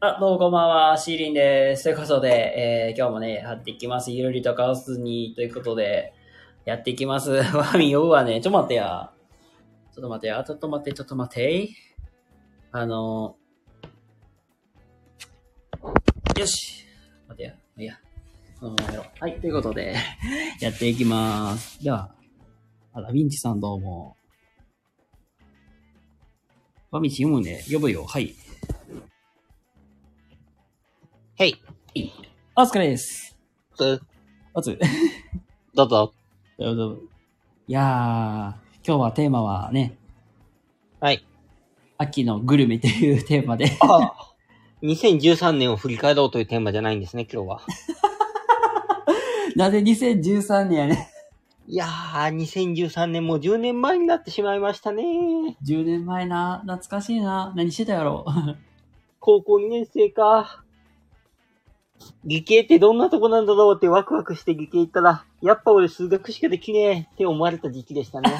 あ、どうもこんばんは、シーリンです。ということで、えー今日もね、やっていきます。ゆるりとカオスに、ということで、やっていきます。 わみ酔うわね。ちょっと待ってや。ちょっと待ってや。ちょっと待って、ちょっと待って。あのーよし。待ってや。いいや。このままやろう。はい、ということで、 やっていきます。では、あら、ヴィンチさんどうも。わみち読むね。呼ぶよ。はい。へい。あお疲れです。ど、おつ。 どうぞ。どうぞいやー、今日はテーマはね、はい。秋のグルメというテーマで。 あ2013年を振り返ろうというテーマじゃないんですね、今日は。なぜ2013年やね。いやー、2013年もう10年前になってしまいましたね。 10年前な、懐かしいな。何してたやろ。 高校2年生か。理系ってどんなとこなんだろうってワクワクして理系行ったら、やっぱ俺数学しかできねえって思われた時期でしたね。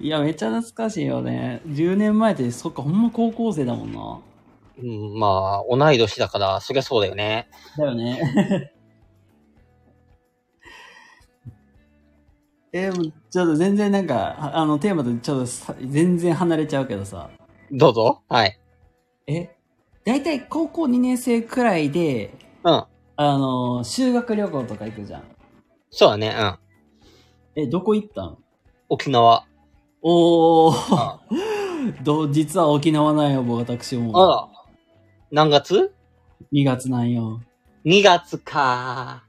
いや、めっちゃ懐かしいよね。10年前って、そっか、ほんま高校生だもんな。 うん、まあ、同い年だから、そりゃそうだよね。だよね。 えーもうちょっと全然なんか、ああの、テーマとちょっとさ全然離れちゃうけどさ。どうぞ。はい。え大体高校2年生くらいで、うん。あの、修学旅行とか行くじゃん。そうだね、うん。え、どこ行ったん沖縄。おー、あ どう実は沖縄なんよ、私あも。ら。何月2月なんよ。 2月か。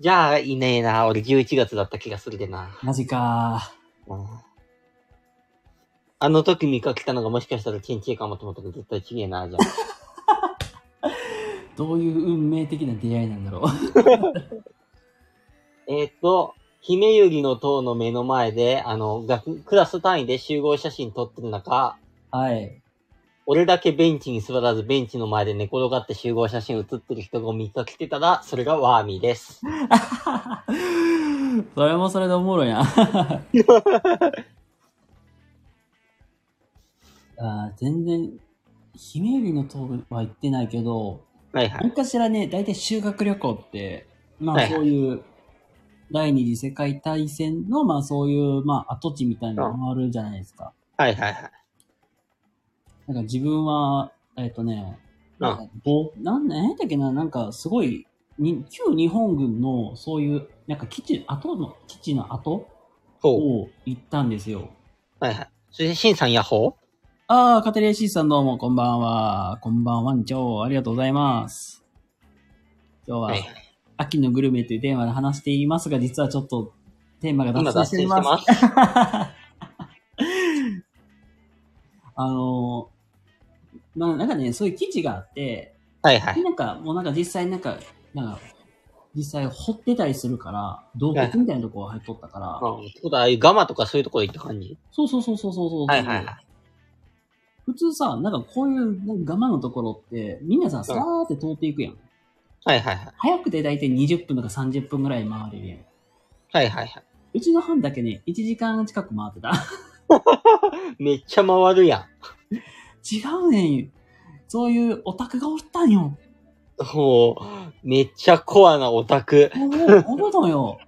じゃあ、いねえな。俺11月だった気がするでな。マジかうんあの時見かけたのがもしかしたらチンチンかもと思ったけど、絶対ちげえな、じゃ あ。どういう運命的な出会いなんだろう。えーっと、姫ゆりの塔の目の前で、あの、学クラス単位で集合写真撮ってる中、はい。 俺だけベンチに座らずベンチの前で寝転がって集合写真写ってる人が見かけてたら、それがワーミーです。それもそれでおもろい な。あー全然、姫ゆりの塔は行ってないけど、はいは何い。かしらね、大体修学旅行って、まはあいはいそういう、第二次世界大戦の、まあそういう、まあ跡地みたいなのがあるじゃないですか。はいはいはい。なんか自分は、えっ、とね、うんなんかぼなん、なんやったっけな、なんかすごい、に旧日本軍のそういう、なんか基地、後の、基地の後ほう。を行ったんですよ。はいはい。そして、シンさんやっほーああ、カテレーシーさんどうも、こんばんは。こんばんは、んちょう。ありがとうございます。今日は、はいはい。秋のグルメというテーマで話していますが、実はちょっとテーマが脱今線脱して線おしてります。ます。 あのー、まあなんかね、そういう基地があって、はいはい。なんかもうなんか実際なんか、なんか、実際掘ってたりするから、洞窟みたいなとこ入っとったから、うん。ってことは、ああいうガマとかそういうところ行った感じそうそうそうそうそうそう、はいはいはい。普通さ、なんかこういうなんか我慢のところって、みんなさ、さーって通っていくやん。はいはいはい。早くて大体20分とか30分ぐらい回れるやん。はいはいはうちの班だけね、1時間近く回ってた。 い。めっちゃ回るや違うねん。そういうオタクがおったんよ。ん。ほう。めっちゃコアなオタク。おお、おるのよ。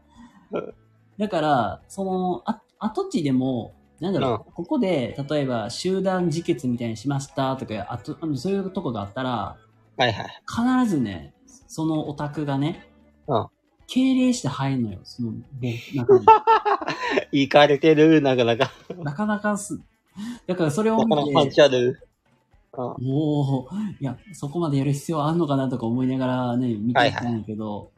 だから、その、あ跡地でも、なんだろう、ここで、例えば、集団自決みたいにしましたとか、あと、あのそういうとこがあったら、はいはい。必ずね、そのオタクがね、うん敬礼して入るのよ、その、ぼ中に。 行かれてる、なかなか。なかなかす、だからそれをなかなかパ見ンて、チある。うん。もう、いや、そこまでやる必要あんのかなとか思いながらね、見てたんやけど、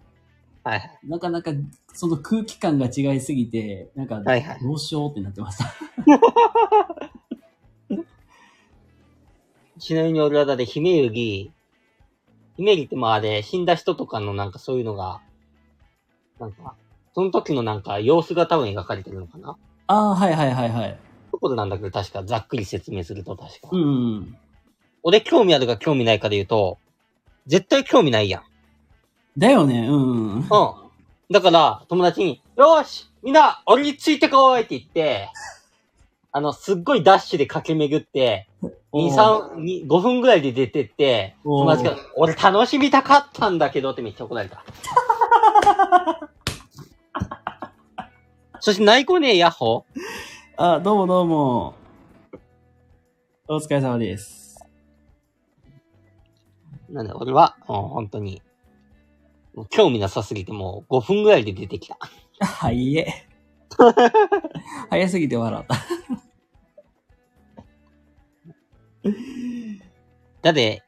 はいはい。なかなかその空気感が違いすぎて、なんか、はいはいどうしようってなってました。ちなみに俺はだって、姫ゆり、姫ゆりってまああれ、死んだ人とかのなんかそういうのが、なんか、その時のなんか様子が多分描かれてるのかなああ、はいはいはいはい。ところなんだけど、確かざっくり説明すると確か。うん。俺興味あるか興味ないかで言うと、絶対興味ないやん。だよね、うん。うん。だから、友達に、よーしみんな俺についてこいって言って、あの、すっごいダッシュで駆け巡って、2、3、2 5分ぐらいで出てって、おー友達が、俺楽しみたかったんだけどってめっちゃ怒られた。そして、内子ね、ヤッホーあ、どうもどうも。お疲れ様です。なんだ、俺は、うん本当に、もう興味なさすぎて、もう5分ぐらいで出てきた。はいえ。早すぎて笑った。だって、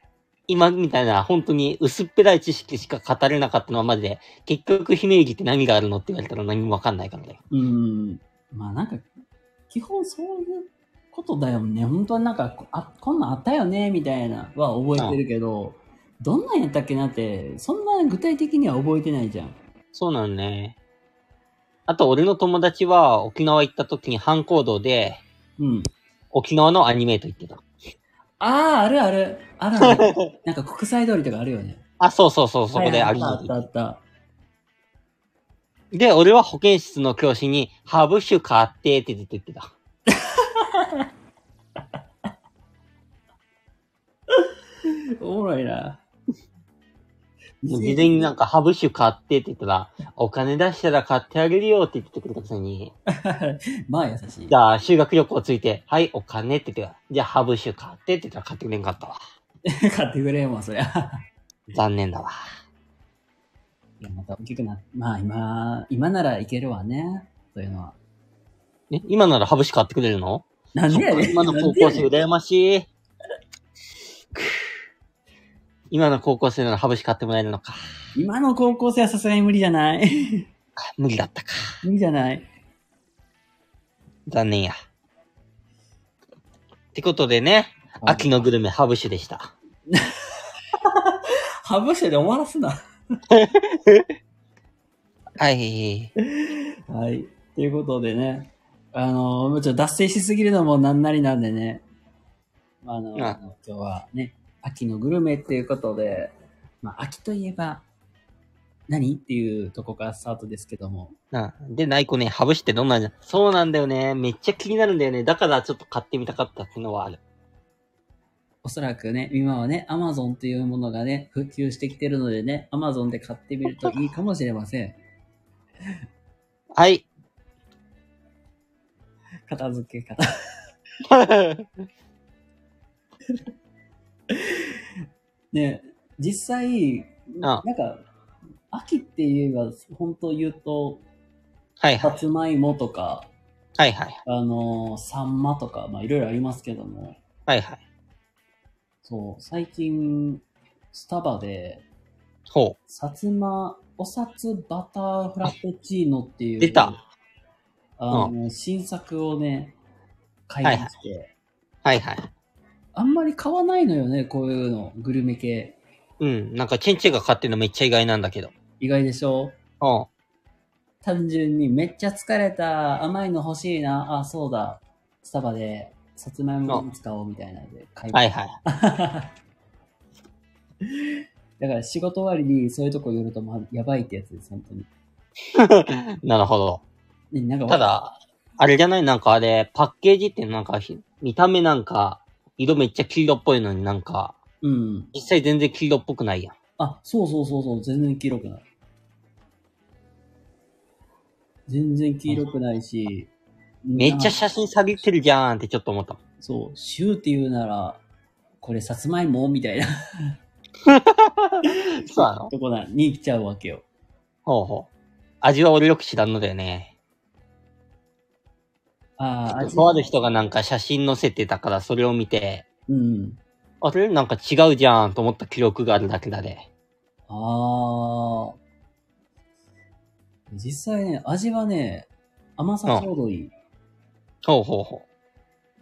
今みたいな、本当に薄っぺらい知識しか語れなかったのはマジで、結局、姫入りって何があるのって言われたら何もわかんないからだよ。うん。まあなんか、基本そういうことだよね。本当はなんか、こあこんなんあったよね、みたいなは覚えてるけど、どんなんやったっけなって、そんな具体的には覚えてないじゃん。そうなのね。あと、俺の友達は沖縄行った時に反行動で、うん。沖縄のアニメート行ってた。ああ、あるある。あるある。なんか国際通りとかあるよね。あ、そうそうそう、そこでアあニっメたあーっトたあ行っった。て。で、俺は保健室の教師に、ハブ酒買ってってずっと言ってた。おもろいな。事前になんかハブ酒買ってって言ったら、お金出したら買ってあげるよって言ってくれたくせに、まあ優しいじ。ゃあ修学旅行ついて、はい、お金って言ってた。じゃあハブ酒買ってって言ったら買ってくれんかったわ。買ってくれよ、もうそりゃ。残念だわ。いや、また大きくなまあ今、今ならいけるわね。そういうのは。ね、今ならハブ酒買ってくれるのなんでやねん。今の高校生羨ましい。今の高校生ならハブし買ってもらえるのか。今の高校生はさすがに無理じゃない無理だったか。無理じゃない残念や。ってことでね、秋のグルメハブ酒でした。ハブしてで終わらすな。はい。 はい。ということでね、あのー、ちょっと脱線しすぎるのもなんなりなんでね、あのー、あ今日はね、秋のグルメっていうことで、まあ、秋といえば何っていうとこからスタートですけども、なで、ナイコね、ハブ酒ってどんなんじゃそうなんだよね。めっちゃ気になるんだよね。だからちょっと買ってみたかったっていうのはある。おそらくね、今はね、アマゾンというものがね、普及してきてるのでね、アマゾンで買ってみるといいかもしれません。はい。片付け方。 ね、実際、あなんか、秋って言えば、本当言うと、はいはさい。つまいもとか、はいはい。あのー、サンマとか、まあ、いろいろありますけども、はいはい。そう、最近、スタバで、ほ。さつま、お札バターフラペチーノっていうう、出た。あのー、新作をね、買いまして、はいはい。あんまり買わないのよね、こういうの、グルメ系。うん。なんかチェンチェが買ってるのめっちゃ意外なんだけど。意外でしょうん。単純にめっちゃ疲れた、甘いの欲しいな、あ、そうだ、スタバで、さつまいも使おうみたいなので買いはいはい。 だから仕事終わりにそういうとこ寄ると、まあ、やばいってやつです、本当に。なるほど。ね、なんかた、だ、あれじゃないなんかあれ、パッケージってなんかひ、見た目なんか、色めっちゃ黄色っぽいのになんか、うん。実際全然黄色っぽくないやん。あ、そうそうそうそう、全然黄色くない。全然黄色くないし、めっちゃな写真下げてるじゃーんってちょっと思った。そう、シューって言うなら、これさつまいもみたいなそうなのとこなに来ちゃうわけよ。ほうほう。味は俺よく知らんのだよね。ああ、味とある人がなんか写真載せてたからそれを見て、うん。あれなんか違うじゃーんと思った記録があるだけだね。ああ。実際ね、味はね、甘さちょうどいい。ほうほうほう。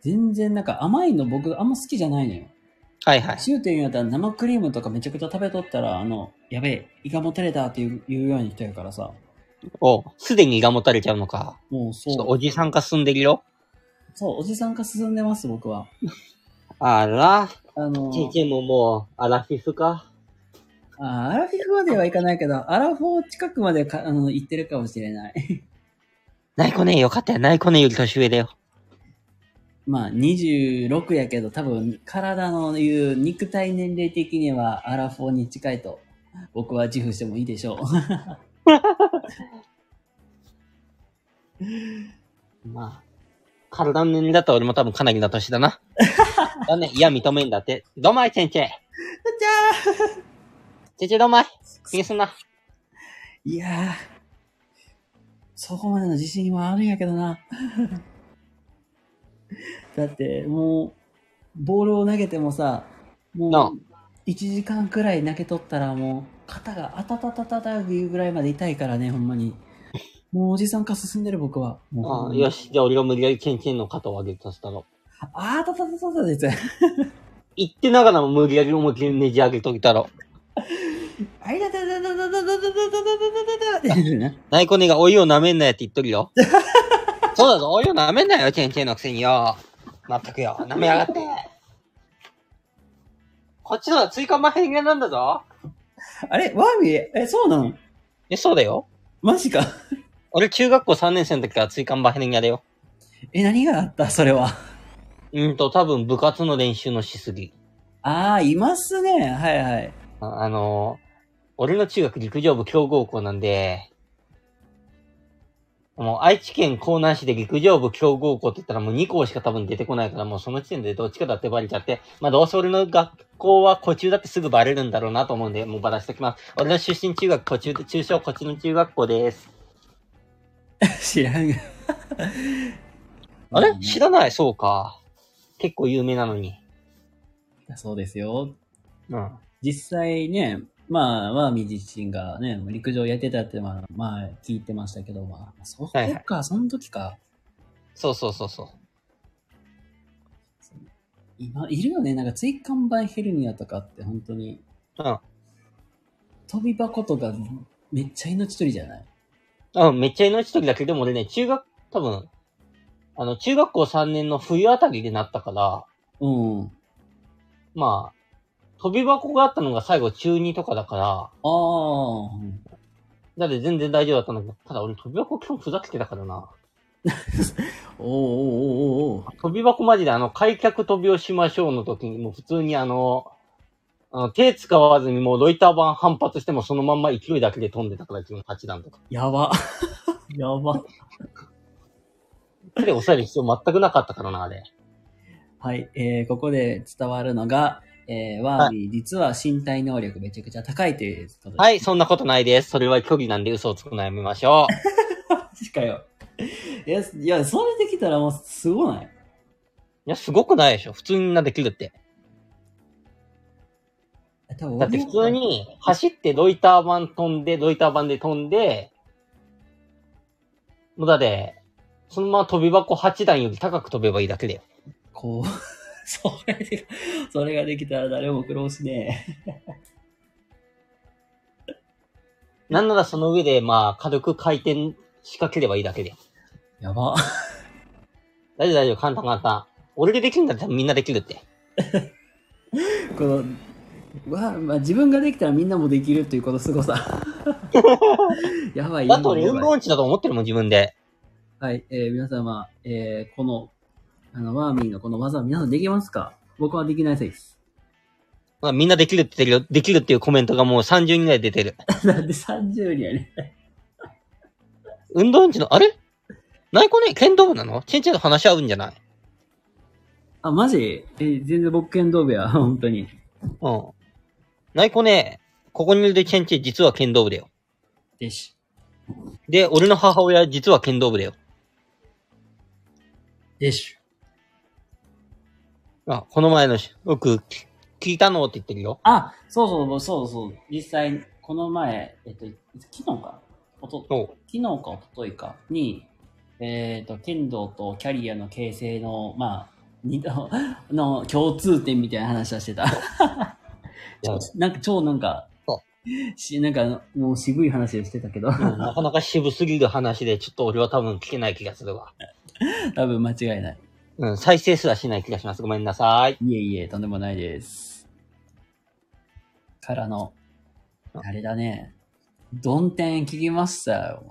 全然なんか甘いの僕あんま好きじゃないのよ。はいはい。シューティングやったら生クリームとかめちゃくちゃ食べとったら、あの、やべえ、胃がもたれたっていういうように人やからさ。おうすでに胃がもたれちゃうのか。もうちょっとそう。おじさんが進んでるよ。そう、おじさんが進んでます、僕は。あら。あの、 JJ ももう、アラフィフか。あアラフィフまではいかないけど、アラフォー近くまでかあ の行ってるかもしれない。 ナイコねよかったよ。ナイコねより年上だよ。まあ、26やけど、多分、体の言う肉体年齢的にはアラフォーに近いと、僕は自負してもいいでしょまあ、体の年齢だったら俺も多分かなりな年 だな。だね、いや、認めんだって。どまい、チェンチェ。チェチェ どまい。気にすんな。う。いやー、そこまでの自信はあるんやけどな。だって、もう、ボールを投げてもさ、なもあう、1時間くらい投げとったらもう、肩があたたたたたいうぐらいまで痛いからね、ほんまに。もうおじさん化進んでる僕は。もあうあよし、じゃあ俺が無理やりチェンチェンの肩を上げてさせたろ。あーたたたたたです。言ってながらも無理やり思いっきりねじ上げといたろ。あいだだだだだだだだだだだだだだだナイコネがお湯を舐めんなやって言っとるよ。 そうだぞ、お湯を舐めんなよ、チェンチェンのくせによ。まったくよ、舐めやがって。こっちの方が追加前変なんだぞ。あれワーミー、え、そうなのえ、そうだよ。マジか。俺中学校3年生の時から追加バヘネギャだよ。え、何があったそれは。うんと、多分部活の練習のしすぎ。ああ、いますね。はいはい。ああのー俺の中学陸上部強豪校なんで、もう愛知県江南市で陸上部強豪校って言ったらもう2校しか多分出てこないからもうその時点でどっちかだってバレちゃって、まあどうせ俺の学校は途中だってすぐバレるんだろうなと思うんで、もうバラしておきます。俺の出身中学、途中、中小、こっちの中学校です。知らんが。あれ知らないそうか。結構有名なのに。らそうですよ。うん。実際ね、まあ、ワーミー自身がね、陸上やってたって、まあ、まあ、聞いてましたけど、まあ、そこか、はいはその時か。そうそうそうそう。今、いるよね。なんか、椎間板ヘルニアとかって、本当に、うん。飛び箱とか、めっちゃ命取りじゃないうん、めっちゃ命取りだけど、でも俺ね、中学、多分、あの、中学校3年の冬あたりでなったから、うん。まあ、飛び箱があったのが最後中2とかだから、ああ、だって全然大丈夫だったんだけど、ただ俺飛び箱基本ふざけてたからな。おーおーおーおーおー飛び箱マジであの、開脚飛びをしましょうの時に、もう普通にあの、あの手使わずにもうロイター版反発してもそのまんま勢いだけで飛んでたから、自分8段とか。やば。 やば。手で押さえる必要全くなかったからな、あれ。はい、えーここで伝わるのが、えーワーミー、実は身体能力めちゃくちゃ高いということです。はい、そんなことないです。それは距離なんで嘘をつくのやめましょう。確かよ。いや、いや、それできたらもうすごないいや、すごくないでしょ。普通にみんなできるって。多分だって普通。に走ってロイター版飛んで、ロイター版で飛んで、もうだで、そのまま飛び箱8段より高く飛べばいいだけだよ。こう、 それで、それができたら誰も苦労しねなんならその上で、まあ、軽く回転仕掛ければいいだけだよ。え。やば。大丈夫大丈夫、簡単簡単。俺でできるんだったらみんなできるって。この、わまあ、自分ができたらみんなもできるというこの凄 さ。やばい。だって俺やば運い動音痴だと思ってるもん、自分で。はい、えー皆様、えーこの、あの、ワーミーのこの技、皆さんできますか僕はできないです。まあ、みんなできるって言ってるよ、できるっていうコメントがもう30人ぐらい出てる。なんで30人やね運動音痴の、あれ内子ね、剣道部なのチンチンと話し合うんじゃないあ、マジえー全然僕剣道部や、本当に。うん。ナイコね、ここにいるチェンチェ実は剣道部だよ。よし。で、俺の母親実は剣道部だよ。よし。あ、この前のし、僕、き聞いたのって言ってるよ。あ、そうそう、そうそう。実際、この前、えっと、い昨日かおと昨おう日かおとといかに、えっ、と、剣道とキャリアの形成の、まあ、に の共通点みたいな話はしてた。いや なんか超なんかそ、し、なんかもう渋い話をしてたけど、うんなかなか渋すぎる話で、ちょっと俺は多分聞けない気がするわ。 多分間違いない。うん、再生すらしない気がします。ごめんなさい。いえいえ、とんでもないです。からの、ああれだね。どん天聞きましたよ。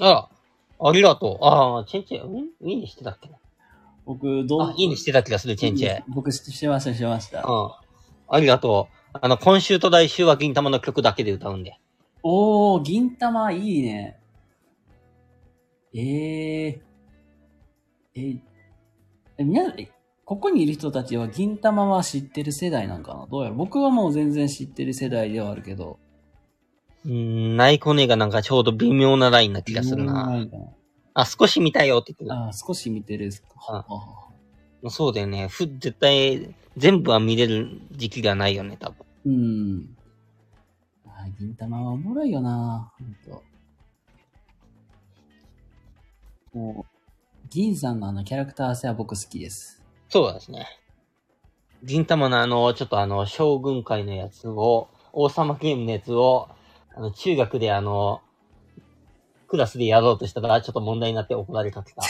あら、ありがとう。ああ、チェンチェ、んいいねしてたっけな。僕、どあ、いいねしてた気がする、チェンチェ。僕し、してました、してました。うん。ありがとう。あの、今週と来週は銀玉の曲だけで歌うんで。おお銀玉いいね。えええ、え、みな、えここにいる人たちは銀玉は知ってる世代なんかなどうやろ僕はもう全然知ってる世代ではあるけど。うーん、ナイコネがなんかちょうど微妙なラインな気がするうな。んかあ、少し見たよって言ってた。なあー少し見てる。ああもうそうだよね。ふ、絶対、全部は見れる時期がないよね、多分。ーうん。あー銀玉はおもろいよな。ほんと。もう、銀さんのあのキャラクター性は僕好きです。そうですね。銀玉のあの、ちょっとあの、将軍会のやつを、王様ゲームのやつを、あの、中学であの、クラスでやろうとしたら、ちょっと問題になって怒られかけた。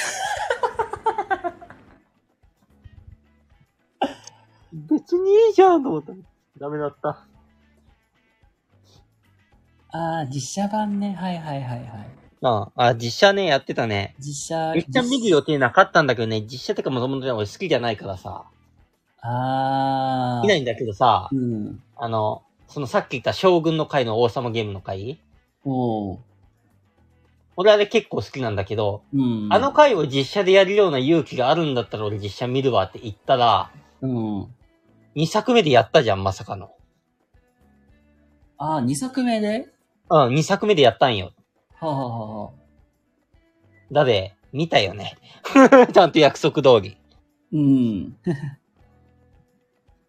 別にいいじゃんと思った。ダメだった。ああ、実写版ね。はいはいはいはい。ああ、実写ね、やってたね。実写。めっちゃ見る予定なかったんだけどね、実写とかもともと俺好きじゃないからさ、ああ。見ないんだけどさう、ん。あの、そのさっき言った将軍の会の王様ゲームの会おう。俺あれ結構好きなんだけど、うん。あの回を実写でやるような勇気があるんだったら俺実写見るわって言ったら、うん。 2作目でやったじゃん、まさかの。ああ、2作目でうん、2作目でやったんよ。はあ、はあはあ、だで、見たよね。 ちゃんと約束通り。うん。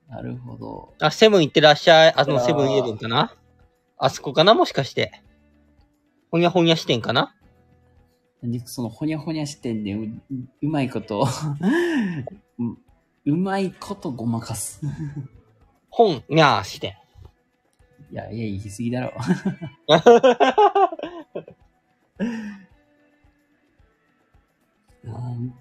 なるほど。あ、セブン行ってらっしゃい。あいの、やーセブンイレブンかなあそこかなもしかして。ほにゃほにゃ視点かな何その、ほにゃほにゃ視点でう、ううまいこと、ううまいことごまかす。本、にゃー視点。いや、いや、言い過ぎだろ。うん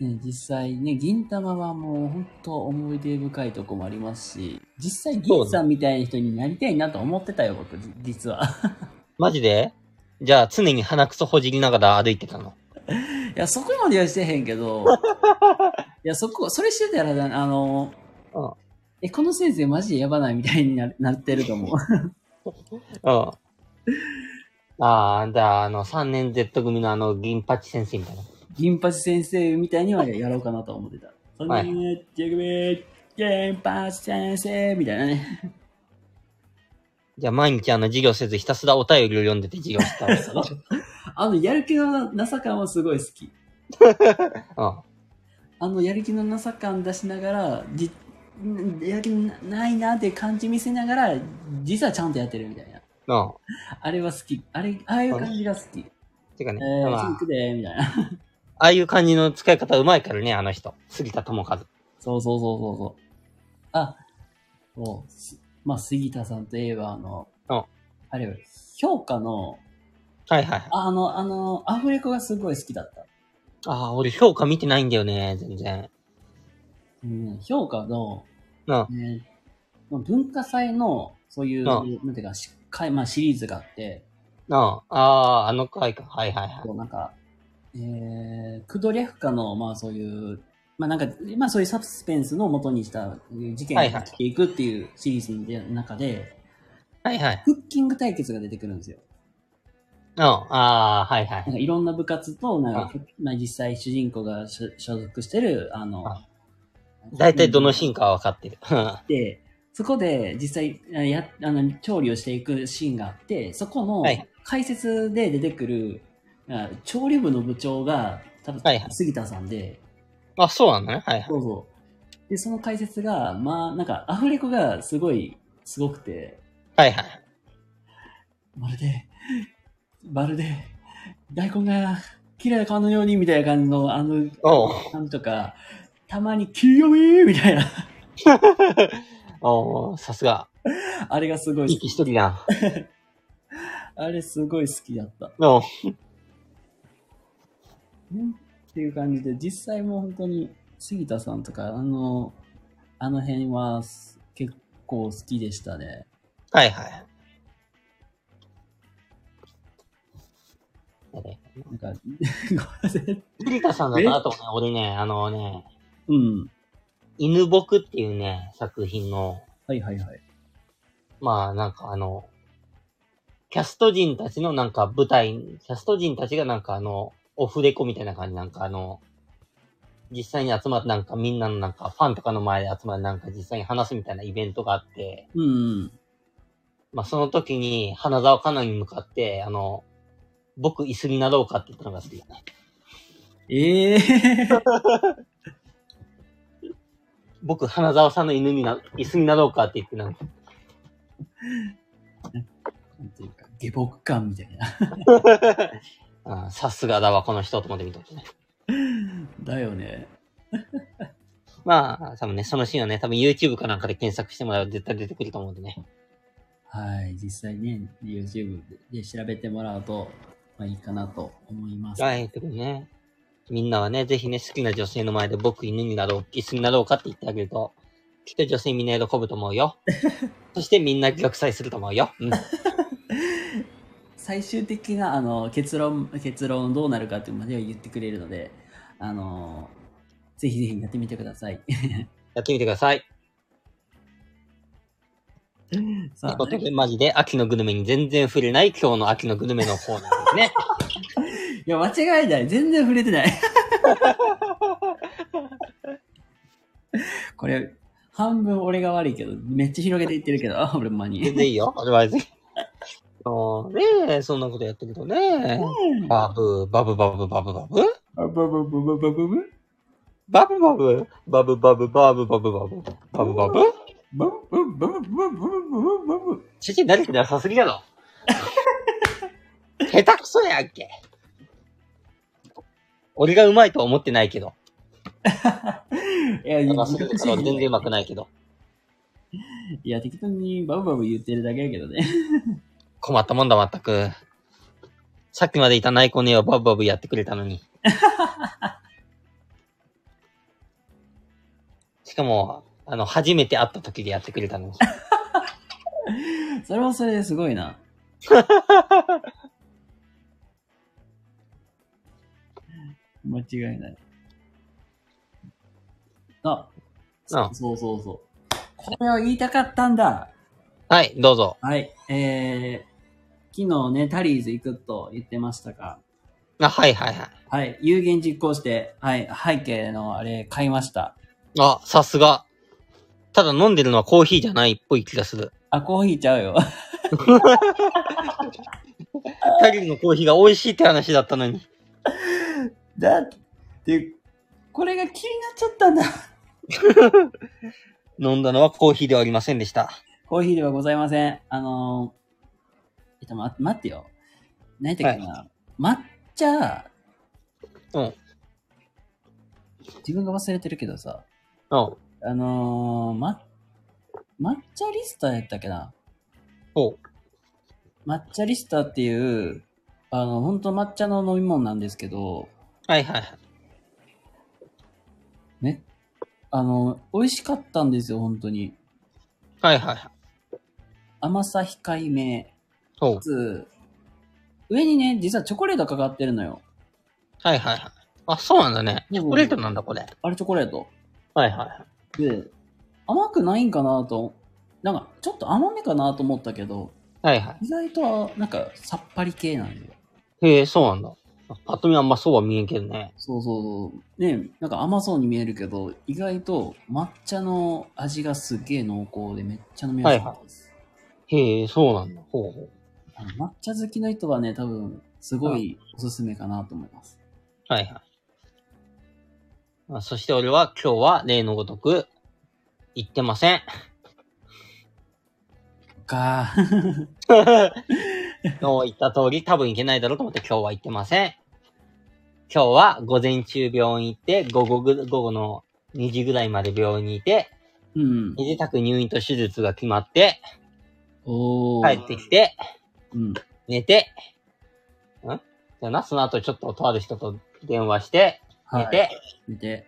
ね、実際ね、銀玉はもう本当思い出深いとこもありますし、実際銀さんみたいな人になりたいなと思ってたよ、僕、じ実は。マジでじゃあ常に鼻くそほじりながら歩いてたの。いや、そこまではしてへんけど、いや、そこ、それしてたらだ、あの、うんえ、この先生マジでやばないみたいにななってると思う。うん。ああ、じゃあ、あの、3年 Z 組のあの、銀八先生みたいな。銀八先生みたいにはやろうかなと思ってた。そんなはいに、ジェグビー、銀八先生みたいな ね。じゃあ、毎日あの、授業せずひたすらお便りを読んでて授業したわけだろあの、やる気のなさ感はすごい好き。うん。あの、やる気のなさ感出しながら、じんやる気なないなっていう感じ見せながら、実はちゃんとやってるみたいな。うん。あれは好き。あれ、ああいう感じが好き。てかね、えー、まチーあク、で、みたいな。 ああいう感じの使い方うまいからね、あの人。杉田智和。そうそうそうそうそう。あ、そうす。まあ、杉田さんといえば、あの、うんあれよ、評価の、はいはい。ああの、あの、アフレコがすごい好きだった。ああ、俺評価見てないんだよね、全然。うん、評価の、うん。えー文化祭の、そういう、うなんていうか、しっかい、まあ、シリーズがあって、うん。ああ、あの回か。はいはいはい。こうなんか、えー、クドリャフカの、まあそういう、まあなんか、まあそういうサスペンスの元にしたえー事件はいがはい起きていくっていうシリーズの中で、はいはい。クッキング対決が出てくるんですよ。うん。ああ、はいはなんい。かいろんな部活と、なんか、まあ実際主人公が所所属してる、あのあ、だいたいどのシーンンかは分かってる。うんで、そこで実際あやあの調理をしていくシーンがあって、そこのはい解説で出てくる、あ調理部の部長が、多分はいはい杉田さんで、あ、そうなんだね。はいはい。そうそう。で、その解説が、まあ、なんか、アフレコがすごい、すごくて、はいはい。まるで、まるで、大根が綺麗な顔のように、みたいな感じの、あの、おうなんとか、たまに、清めみたいな、おーさすが。あれがすごい好息き。一人だあれすごい好きだった。な。おうねっていう感じで、実際もう本当に、杉田さんとか、あの、あの辺は、す結構好きでしたね。はいはい。なんか、ごめんなさいピリカさんだなとね、俺ね、あのね、うん。犬僕っていうね、作品の、はいはいはい。まあなんかあの、キャスト人たちのなんか舞台、キャスト人たちがなんかあの、オフレコみたいな感じ、なんかあの、実際に集まってなんかみんなのなんかファンとかの前で集まってなんか実際に話すみたいなイベントがあって、うんうん。まあその時に花沢香菜に向かって、あの、僕椅子になろうかって言ったのが好きだね。ええ僕花沢さんの犬にな、椅子になろうかって言ってなんか、なんていうか、下僕感みたいな。あーさすがだわこの人と思って見とってね。だよね。まあ、多分ね、そのシーンはね、多分 YouTube かなんかで検索してもらうと絶対出てくると思うんでね。はい。実際ね、YouTube で調べてもらうと、まあいいかなと思います。はい、ということでね。みんなはね、ぜひね、好きな女性の前で僕犬になろう、椅子になろうかって言ってあげると、きっと女性みんな喜ぶと思うよ。そしてみんな玉砕すると思うよ。うん。最終的なあの結論、結論どうなるかっていうまでは言ってくれるので、あの、ぜひぜひやってみてください。 やってみてください。といさうあこ、とで、マジで秋のグルメに全然触れない今日の秋のグルメのコーナーです ね。いや、間違いない。全然触れてない。これ、半分俺が悪いけど、めっちゃ広げていってるけど、あ俺マニ。全然いいよ。俺は全然。そうねえ、そんなことやってるとね。バブ、バブバブバブバブあブブブブブブブバブバブ、バブバブ、バブバブバブ、バブバブブブブブブブブブブ主人慣れてなさすぎやろ。 下手くそやんけ。俺がうまいとは思ってないけど。いや、なんかそれだから全然うまくないけど。いや、適当にバブバブ言ってるだけやけどね。困ったもんだ、まったく。さっきまでいたナイコネをバブバブやってくれたのに。しかも、あの、初めて会った時でやってくれたのに。それはそれですごいな。間違いない。あ、うんそうそうそう。これを言いたかったんだ。はい、どうぞ。はい。えー、昨日ね、タリーズ行くと言ってましたが、あ、はいはいはい。はい。有言実行して、はい。背景のあれ買いました。あ、さすが。ただ飲んでるのはコーヒーじゃないっぽい気がする。あ、コーヒーちゃうよ。 タリーのコーヒーが美味しいって話だったのに。だって、これが気になっちゃったんだ。 飲んだのはコーヒーではありませんでした。コーヒーではございません。あのー、えっと、ま、待ってよ。何だっけな、抹茶、うん。自分が忘れてるけどさ、うん。あのー、ま、抹茶リスタやったっけなほ抹茶リスタっていう、あの、本当抹茶の飲み物なんですけど、う。はいはいはい。ね。あの、美味しかったんですよ、本当に。はいはいはい。甘さ控えめ。ほうか。つ上にね、実はチョコレートかかってるのよ。はいはいはい。あ、そうなんだね。うんチョコレートなんだ、これ。あれチョコレート。はいはいはい。で、甘くないんかなと、なんか、ちょっと甘めかなと思ったけど、はいは意外とは、なんか、さっぱり系なんよ。い。へえ、そうなんだ。あパッと見あんまそうは見えんけどね。そうそうそう。ね、なんか甘そうに見えるけど、意外と抹茶の味がすげえ濃厚でめっちゃ飲みやすかったです。へえ、そうなんだ。ほうほう。あの抹茶好きの人はね、多分、すごいおすすめかなと思います。はいはい。まあ、そして俺は今日は例のごとく、行って ません。か今日言った通り多分行けないだろうと思って今日は行ってません。今日は午前中病院行って、午後ぐ、午後の2時ぐらいまで病院にいて、 うん。身支度入院と手術が決まって、おー。帰ってきて、うん。寝て、んじゃあな、その後ちょっととある人と電話して、寝て、はい。見て。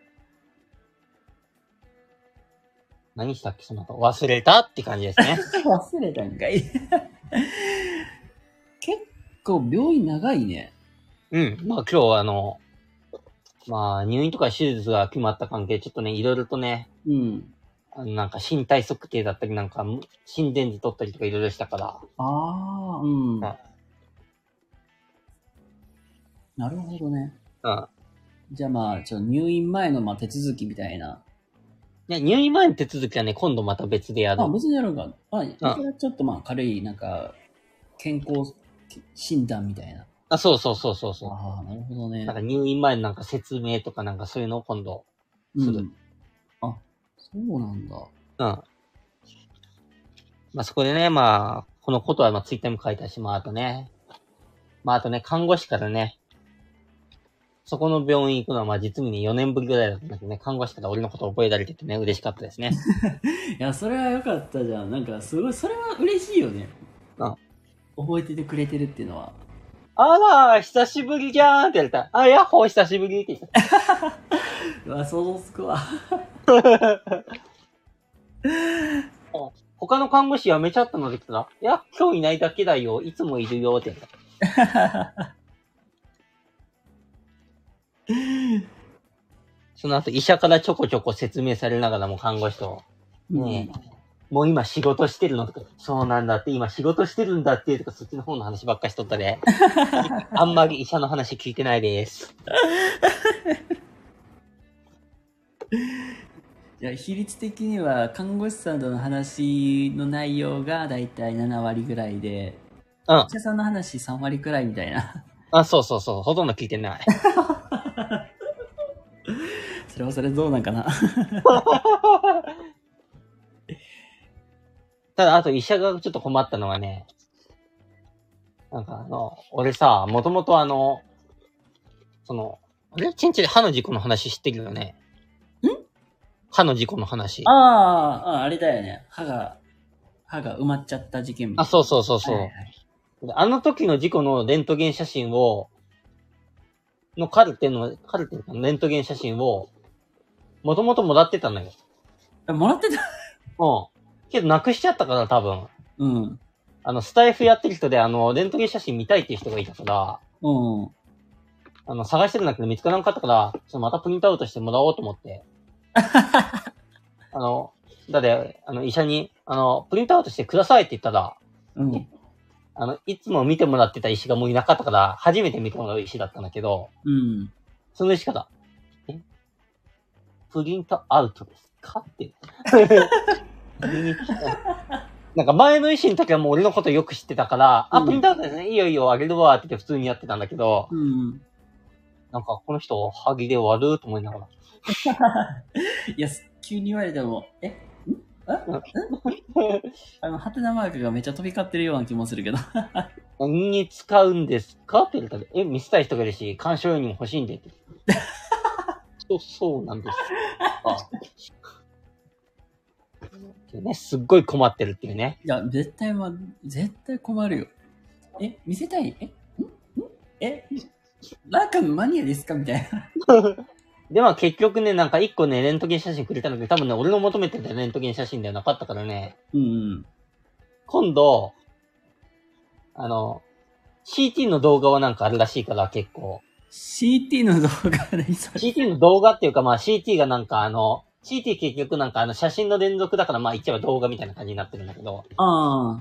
何したっけ、その後。忘れたって感じですね。忘 れたんかい。結構病院長いね。うん。まあ今日はあの、まあ入院とか手術が決まった関係、ちょっとね、いろいろとね、うん。あのなんか身体測定だったりなんか、心電図取ったりとかいろいろしたから、ああ、うん。はいなるほどね。うん。じゃあまあ、ちょっと入院前のまあ手続きみたいな。いや入院前の手続きはね、今度また別でやるあ、。別にやるんか。あ、それはちょっとまあ軽い、なんか、健康診断みたいな。あ、そうそうそうそうそああ、なるほどう。ねなん。か入院前のなんか説明とかなんかそういうのを今度。するうん。あ、そうなんだ。うん。まあそこでね、まあ、このことはまあツイッターにも書いたし、まああとね、まああとね、看護師からね、そこの病院行くのはまあ実務に4年ぶりぐらいだったんだけどね、看護師から俺のことを覚えられててね、嬉しかったですね。いや、それは良かったじゃん。なんか、すごい、それは嬉しいよね。うん覚えててくれてるっていうのは。あら、久しぶりじゃーんって言われた。あ、やっほー、久しぶりって言った。うわ、想像つくわ。他の看護師辞めちゃったので来たら、いや、今日いないだけだよ、いつもいるよって言った。その後医者からちょこちょこ説明されながらも看護師と、ねもう今仕事してるのとか、そうなんだって、今仕事してるんだって、とか、そっちの方の話ばっかしとったで。あんまり医者の話聞いてないです。じゃあ比率的には看護師さんとの話の内容がだいたい7割ぐらいでうんお。医者さんの話3割くらいみたいなあ、そうそうそう。ほとんど聞いてない。それはそれどうなんかなただ、あと医者がちょっと困ったのはね、なんかあの、俺さ、もともとあの、その、俺、ちんちん歯の事故の話知ってるよね。ん歯の事故の話。あああああれだよね歯が歯が埋まっちゃった事件あ、そうそうそうそう。はいはいであの時の事故のレントゲン写真を、のカルテの、カルテのレントゲン写真を、もともともらってたのよ。あもらってたうん。けどなくしちゃったから多分。うんあの、スタイフやってる人で、あの、レントゲン写真見たいっていう人がいたから、うんあの、探してるんだけど見つからなかったから、ちょっとまたプリントアウトしてもらおうと思 って。あの、だって、あの、医者に、あの、プリントアウトしてくださいって言ったら、うんあの、いつも見てもらってた医師がもういなかったから、初めて見てもらう医師だったんだけど、うんその仕方。えプリントアウトですかって。 なんか前の医師の時はもう俺のことよく知ってたから、うあ、んプリントアウトですね。いいよいいよ、あげるわって言って普通にやってたんだけど、うん なんかこの人、歯切れ悪いと思いながら。いやす急に言われてもえんああのハテナマークがめっちゃ飛び交ってるような気もするけど 何に使うんですかって言われたら、え、見せたい人がいるし、鑑賞用にも欲しいんでって。そう、そうなんです。あっていうね、すっごい困ってるっていうね。いや、絶対ま、絶対困るよ。え、見せたいえ、んんえ、ラーカンマニアですかみたいな。 で、まあ結局ね、なんか一個ね、レントゲン写真くれたんだけど、多分ね、俺の求めてたレントゲン写真ではなかったからね、うんうん。今度、あの、CT の動画はなんかあるらしいから、結構。 CT の動画で、それ。 CT の動画っていうか、まあ CT がなんかあの、CT 結局なんかあの写真の連続だから、まあ言っちゃえば動画みたいな感じになってるんだけど、ああ。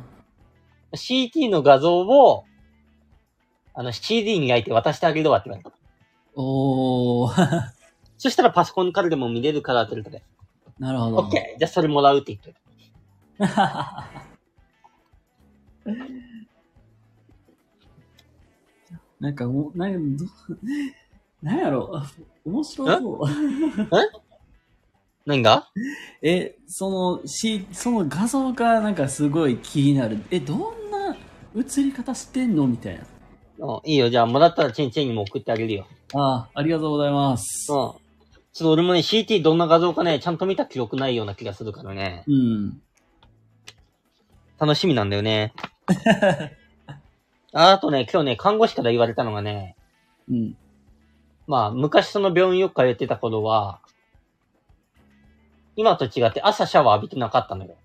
CT の画像を、あの CD に焼いて渡してあげるわって言われた。おー。 そしたらパソコンからでも見れるからって言われて、なるほど。 OK! じゃあそれもらうって言って。 なんかもう、なんかど、なんやろう面白そう。何がえ、その、し、その画像がなんかすごい気になる。え、どんな映り方してんのみたいな。うんいいよ、じゃあもらったらチェンチェンにも送ってあげるよ。ああ、ありがとうございまうん。すち。ょっと俺もね、CT どんな画像かね、ちゃんと見た記録ないような気がするからね。うん。楽しみなんだよね。あとね、今日ね、看護師から言われたのがね、うん。まあ、昔その病院よく通ってた頃は、今と違って朝シャワー浴びてなかったのよ。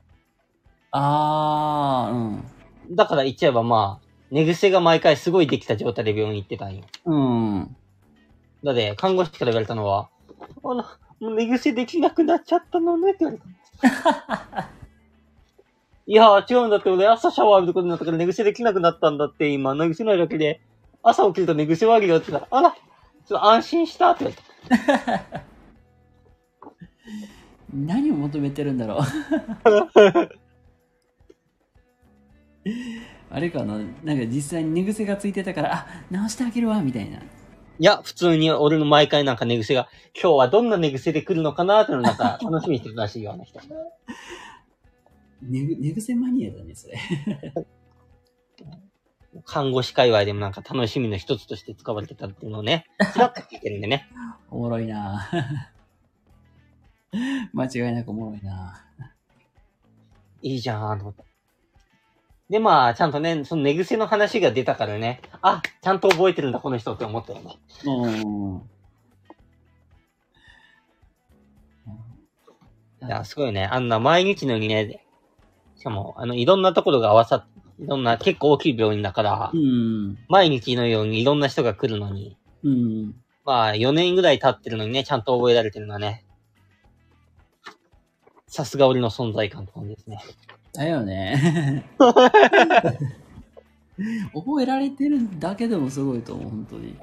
ああ、うん。だから言っちゃえばまあ、寝癖が毎回すごいできた状態で病院行ってたんよ。うん。だって、看護師から言われたのは、あら、もう寝癖できなくなっちゃったのねって言われた。いや、違うんだって、俺朝シャワー浴びることになったから寝癖できなくなったんだって、今、寝癖ないだけで、朝起きると寝癖はあるよって言ったら、あら、ちょっと安心したって言われた。何を求めてるんだろう あれかななんか実際に寝癖がついてたからあ直してあげるわみたいないや、普通に俺の毎回なんか寝癖が、今日はどんな寝癖で来るのかなっていうのをなんか 楽しみにしてるらしいよ、あの人。寝ぐ寝癖マニアだねそれ看護師界隈でもなんか楽しみの一つとして使われてたっていうのをね、ちらっと聞いてるんでね。 おもろいな 間違いなくおもろいないいじゃん、と思った。で、まあ、ちゃんとね、その寝癖の話が出たからね、あ、ちゃんと覚えてるんだ、この人って思ったよね。うんいや、すごいね。あんな毎日のようにね、しかも、あの、いろんなところが合わさいろんな、結構大きい病院だからう、ん毎日のようにいろんな人が来るのに、うんまあ、4年ぐらい経ってるのにね、ちゃんと覚えられてるのはね、さすが俺の存在感って感じですね。だよね 覚えられてるだけでもすごいと思う本当に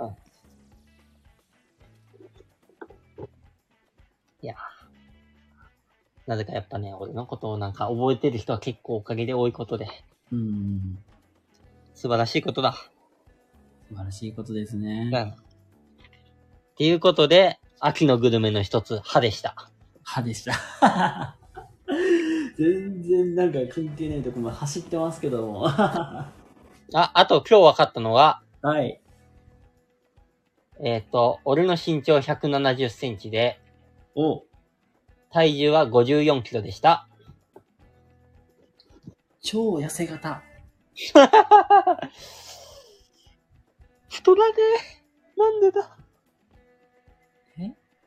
なぜかやっぱね、俺のことをなんか覚えてる人は結構おかげで多いことで、うん素晴らしいことだ。素晴らしいことですねうん。っていうことで、秋のグルメの一つ、歯でした。歯でした。 全然なんか関係ないとこも走ってますけども。 はあ、あと今日分かったのは、い。えっ、と、俺の身長170センチで、お体重は54キロでした。超痩せ型。太らねえ。なんでだ。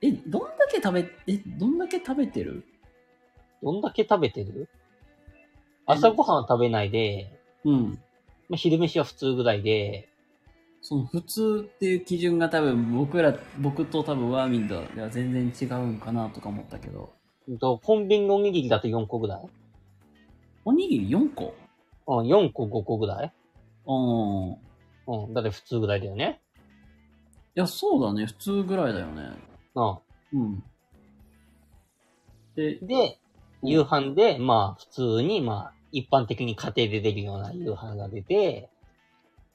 え、どんだけ食べ、え、どんだけ食べてるどんだけ食べてる朝ごはんは食べないで、うん。まあ、昼飯は普通ぐらいで、その普通っていう基準が多分僕ら、僕と多分ワーミンとでは全然違うんかなとか思ったけど。うんとコンビニのおにぎりだと4個ぐらいおにぎり4個うん、4個5個ぐらいうん。いうん、だって普通ぐらいだよね。や、そうだね。普通ぐらいだよね。うん。うん。で、で、夕飯で、まあ、普通に、まあ、一般的に家庭で出るような夕飯が出て、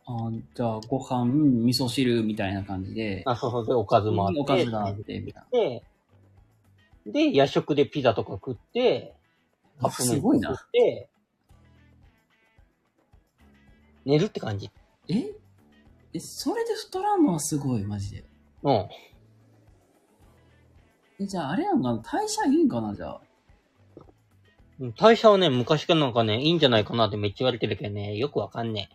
あじゃあご飯、味噌汁みたいな感じで。あ、そうそう、で、おかずもあって、おかずがあって、みたいな。で、で、夜食でピザとか食って、カップす麺ごいとかな。食って、寝るって感じ。ええ、それで太らんのはすごい、マジで。うん。え、じゃああれやんかな、代謝いいんかな、じゃあ。うん代謝はね、昔からなんかね、いいんじゃないかなってめっちゃ言われてるけどね、よくわかんね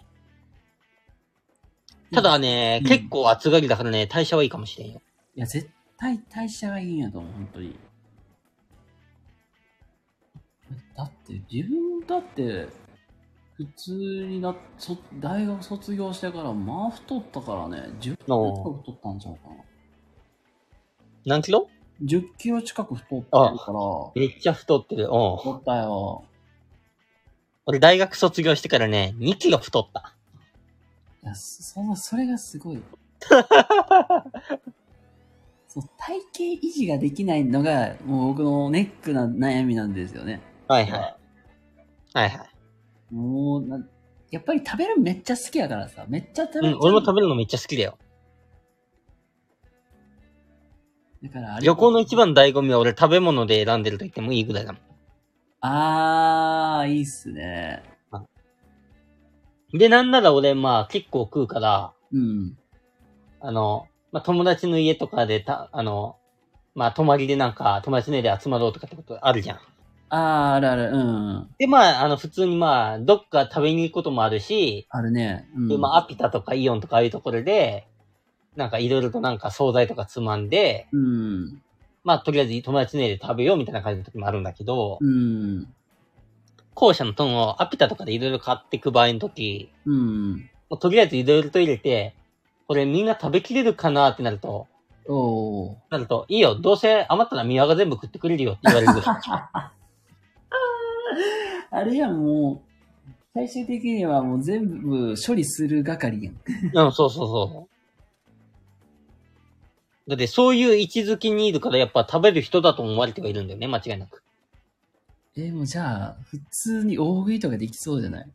え。ただね、うん結構暑がりだからね、代謝はいいかもしれんよ。いや、絶対代謝がいいんやと思う、本当に。だって、自分だって、普通にな、そ大学卒業してから、まあ太ったからね、10キロ近く太ったんちゃうかな。何キロ10キロ近く太ってるから、めっちゃ太ってる。うん。太ったよ。俺大学卒業してからね、2キロ太った。いや、そそのそれがす ごい。そう体型維持ができないのが、もう僕のネックな悩みなんですよね。はいはい。はいはい。もうな、やっぱり食べるのめっちゃ好きやからさ、めっちゃ食べうる、ん、俺も食べるのめっちゃ好きだよ。だからあれ旅行の一番醍醐味は俺食べ物で選んでると言ってもいいぐらいだもあー、いいっすね。ん。で、なんなら俺、まあ結構食うから、うん。あの、まあ友達の家とかでた、あの、まあ泊まりでなんか友達の家で集まろうとかってことあるじゃん。あー、あるある、うん。で、まあ、あの、普通にまあ、どっか食べに行くこともあるし、あるね。うん、で、まあ、アピタとかイオンとかああいうところで、なんかいろいろとなんか惣菜とかつまんで、うん。まあ、とりあえず友達の家で食べようみたいな感じの時もあるんだけど、うん。後者のトンをアピタとかでいろいろ買っていく場合の時、うん。もうとりあえずいろいろと入れて、これみんな食べきれるかなってなると、おー。なると、いいよ、どうせ余ったら宮が全部食ってくれるよって言われる。あれやん、もう、最終的にはもう全部処理する係やん。うん、そうそうそう。だってそういう位置づけにいるからやっぱ食べる人だと思われてはいるんだよね、間違いなく。えーもうじゃあ、普通に大食いとかできそうじゃない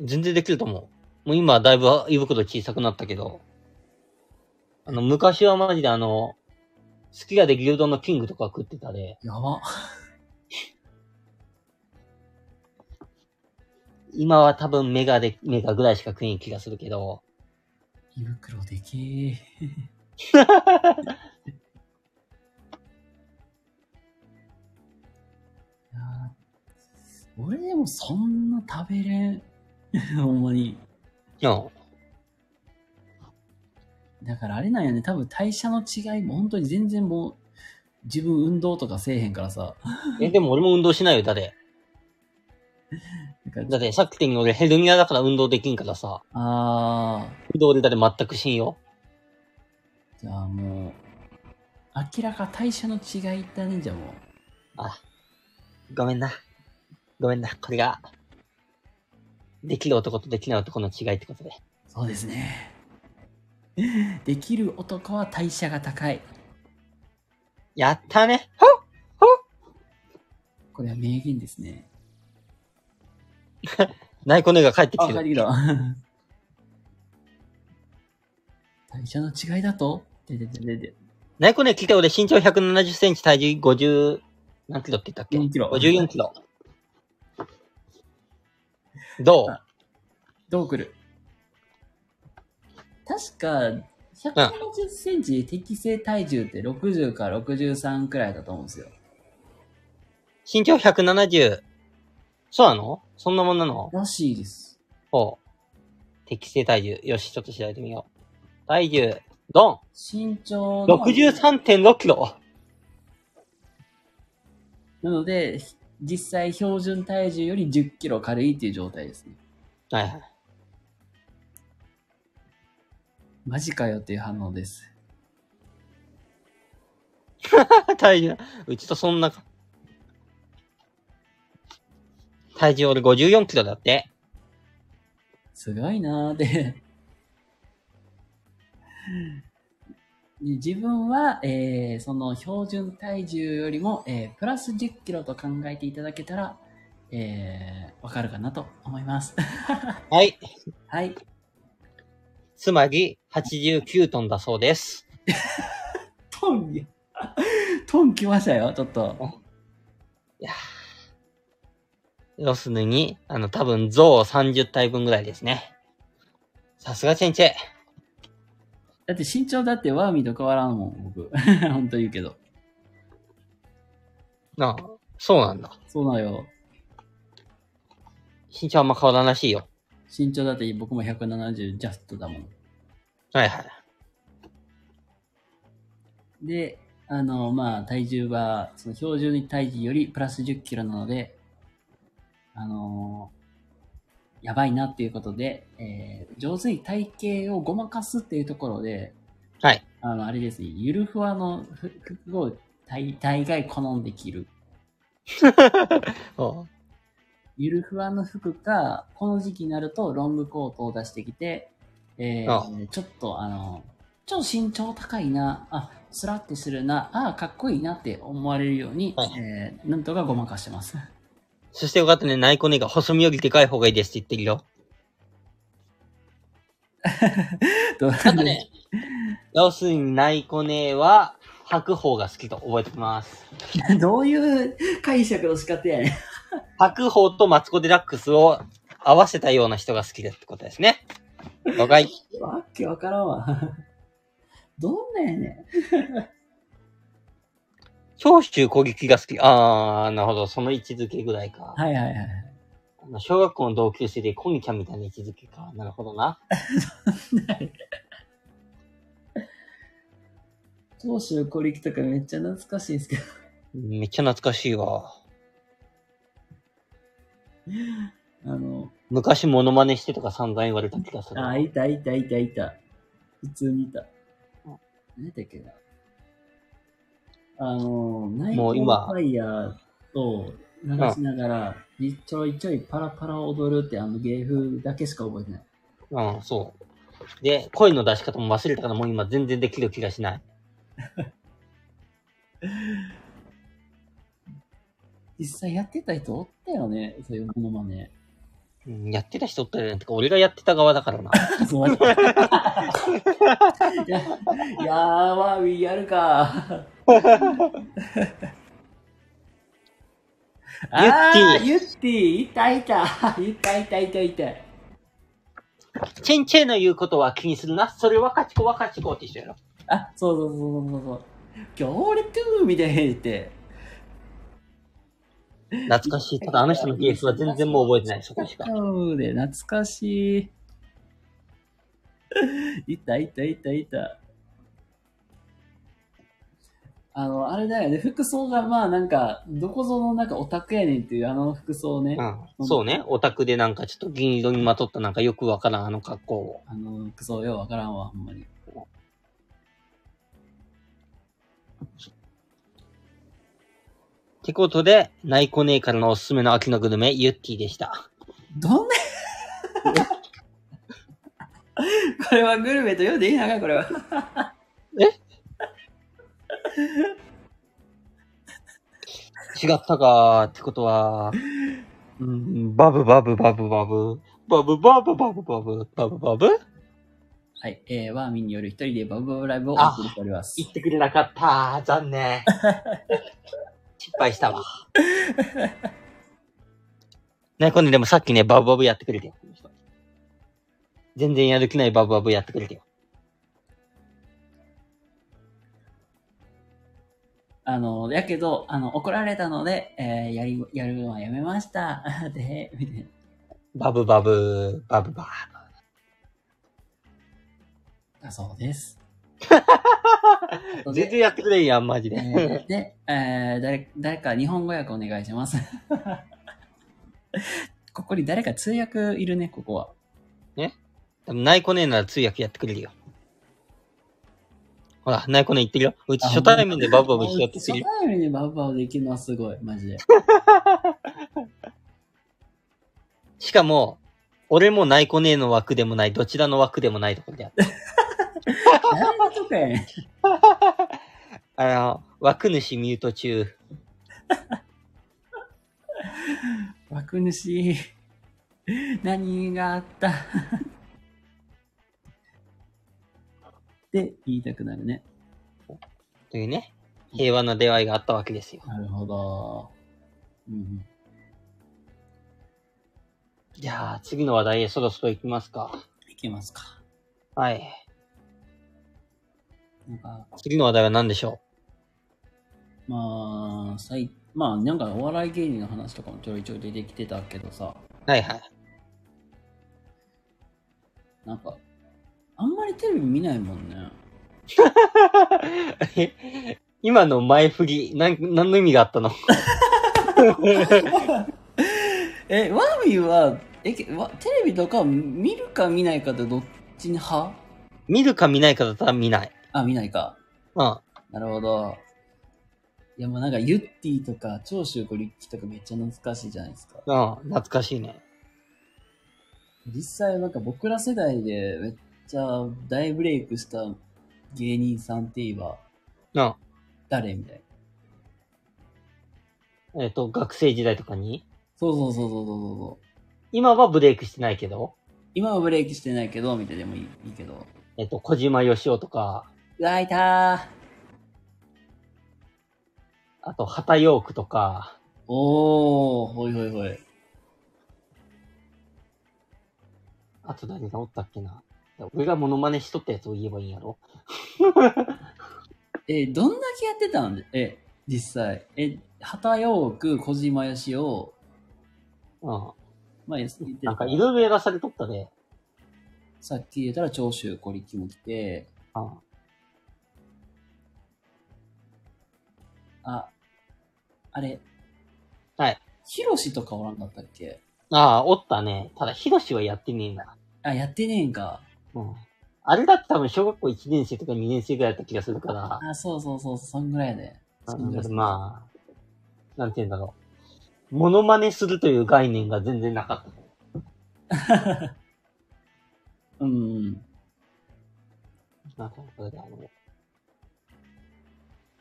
全然できると思う。もう今はだいぶ胃袋小さくなったけど、あの、昔はマジであの、好きがで牛丼のキングとか食ってたで、やば。今は多分メガで、メガぐらいしか食えん気がするけど、胃袋でけえ。 いやー俺でもそんな食べれん。 ほんまに。うん。だからあれなんやね、多分代謝の違いも本当に全然もう、自分運動とかせえへんからさ。え、でも俺も運動しないよ、だって。だからだってさっき言ったように俺ヘルニアだから運動できんからさ、あ運動でだって全くしんよ。ー、じゃあもう、明らか代謝の違いだね、じゃあもう。あ、ごめんな。ごめんな。これが、できる男とできない男の違いってことで。そうですね。 できる男は代謝が高い。やったねこれは名言ですね。ナイコネが帰ってきあ、て帰ってる。きた。 代謝の違いだとででででで。ナイコネ聞いた俺身長170センチ、体重50、何キロって言ったっけ54キロ ?54 キロ。どうあどう来る確か、170センチ適正体重って60から63くらいだと思うんですよ。身長170。そうなのそんなもんなのらしいです。ほう。適正体重。よし、ちょっと調べてみよう。体重、ドン身長の !63.6 キロなので、実際標準体重より10キロ軽いっていう状態ですね。はいはい。マジかよっていう反応です。 体重、うちとそんなか。体重俺54キロだって。すごいなーって。 で自分は、えーその標準体重よりも、えープラス10キロと考えていただけたら、えーわかるかなと思います。 はい。はい。つまり、89トンだそうです。トン、 トン来ましたよ、ちょっと。要するに、あの、多分、象30体分ぐらいですね。さすが先生。だって身長だってワーミーと変わらんもん、僕。 本当言うけど。なあ、そうなんだ。そうなのよ。身長あんま変わらんらしいよ。身長だって僕も170ジャストだもん。はいはい。 で、あの、まあ、体重は、その標準体重よりプラス10キロなので、あのーやばいなっていうことで、えー上手に体型をごまかすっていうところで、はい。あの、あれですね、ゆるふわのふ服を大大概好んで着る。おうゆるふわの服か、この時期になるとロングコートを出してきて、えーあちょっとあの、ちょっと身長高いな、あ、スラッてするな、あかっこいいなって思われるように、はいえーなんとかごまかしてます。 そしてよかったね、ナイコネが細身よりでかい方がいいですって言ってるよ。とあとね、要するにナイコネは、白鵬が好きと覚えておきます。どういう解釈の仕方やねん。白鵬とマツコ・デラックスを合わせたような人が好きだってことですね。了解。わっけわからんわ。 どんなやね長州攻撃が好き。あー、なるほど。その位置づけぐらいかん。。はいはいはい。あの小学校の同級生でコニちゃんみたいな位置づけか。なるほどな。 長州小力とかめっちゃ懐かしいですけど。めっちゃ懐かしいわ。あの、昔モノマネしてとか散々言われた気がする。あ、いたいたいたいた。普通にいた。何だっけな。あの、ナイトもうフ今ァイヤーと流しながら、ちょいちょいパラパラ踊るってあの芸風だけしか覚えてない。うん、そう。で、声の出し方も忘れたからもう今全然できる気がしない。実際やってた人おったよね、そういうものまね。うん、やってた人ってね、てか俺がやってた側だからな。 そうマジかいや、 いやー、ワービーやるか。あー、ユッティ、いたいた、 いたいたいたいた。チェンチェンの言うことは気にするな。それはカチコはカチコって一緒やろ。あ、そうそうそうそうそう。強烈みたいに言って。懐かしい。ただあの人の芸風は全然もう覚えてない。そこしか。そうで、懐かしい。 いたいたいたいた。あの、あれだよね、服装がまあなんか、どこぞのなんかオタクやねんっていうあの服装ね、うん。そうね。オタクでなんかちょっと銀色にまとったなんかよくわからんあの格好を。あの服装ようわからんわ、ほんまに。てことで、ナイコネーからのおすすめの秋のグルメ、ユッティでした。どんな これはグルメと言うでいいなかこれは。違ったかーってことは、うん、バブバブバブバブ、バブバブバブバブ、バブバブはい、えー、ワーミンによる一人でバブバブライブをお送りしております。言ってくれなかった。残念。失敗したわ。ね、今度でもさっきね、バブバブやってくれてよ。全然やる気ないバブバブやってくれてよ。あの、やけど、あの、怒られたので、えーやり、やるのはやめました。 で、みたいな。バブバブ、バブバだそう です。ブ。全で、然やってくれんやん、マジえで。ー で、えー誰、誰か日本語訳お願いします。 ここに誰か通訳いるね、ここは。多分ナイコネなら通訳やってくれるよ。ほら、ナイコネ言ってるよ。うち初対面でバブバブしようってする初よ。対面でバブバブできるのはすごい、マジで。しかも、俺もナイコネの枠でもない、どちらの枠でもないところでやった。誰のとかやね ん。あの、枠主ミュート中。枠主、 何があった って言いたくなるね。というね、平和な出会いがあったわけですよ。なるほど。うんじゃあ、次の話題へそろそろ行きますか。うん、いけますか。はい。なんか、次の話題は何でしょまあ、最、まあ、なんかお笑い芸人の話とかもちょいちょい出てきてたけどさ、うはいはい。なんか、あんまりテレビ見ないもんね。え 今の前振り、なん何の意味があったの え、ワーミーは、え、けわテレビとか見るか見ないかってどっちに派見るか見ないかだったら見ない。あ、見ないか。うん。なるほど。いや、もうなんか、ユッティとか、長州小力とかめっちゃ懐かしいじゃないですか。うん。懐かしいね。実際なんか僕ら世代でめっちゃ大ブレイクした芸人さんって言えばうん。誰みたいな。えっ、と、学生時代とかにそうそうそうそうそうそうそう。今はブレイクしてないけど、今はブレイクしてないけど、みたいでもいいいいけど。えっ、と、小島よしおとか、うわ、いたあと、畑ヨークとか、ー。おー、ほいほいほい。あと誰がおったっけな。俺がモノマネしとったやつを言えばいいんやろえ、どんだけやってたんで、え、実際。え、畑陽区、小島よしお、うん。まあ、言ってなんかいろいろやらされとったで、さっき言ったら長州小力も来て、うん。あ、あれ。はい。ヒロシとかおらんかったっけあああ、おったね。ただ、ヒロシはやってねえな。あ、やってねえんか。うん。あれだって多分小学校1年生とか2年生ぐらいだった気がするから。あ、そうそうそう、そんぐらいで。そんぐらいまあ、なんて言うんだろう。モノマネするという概念が全然なかった。うんうん。なんか、あの、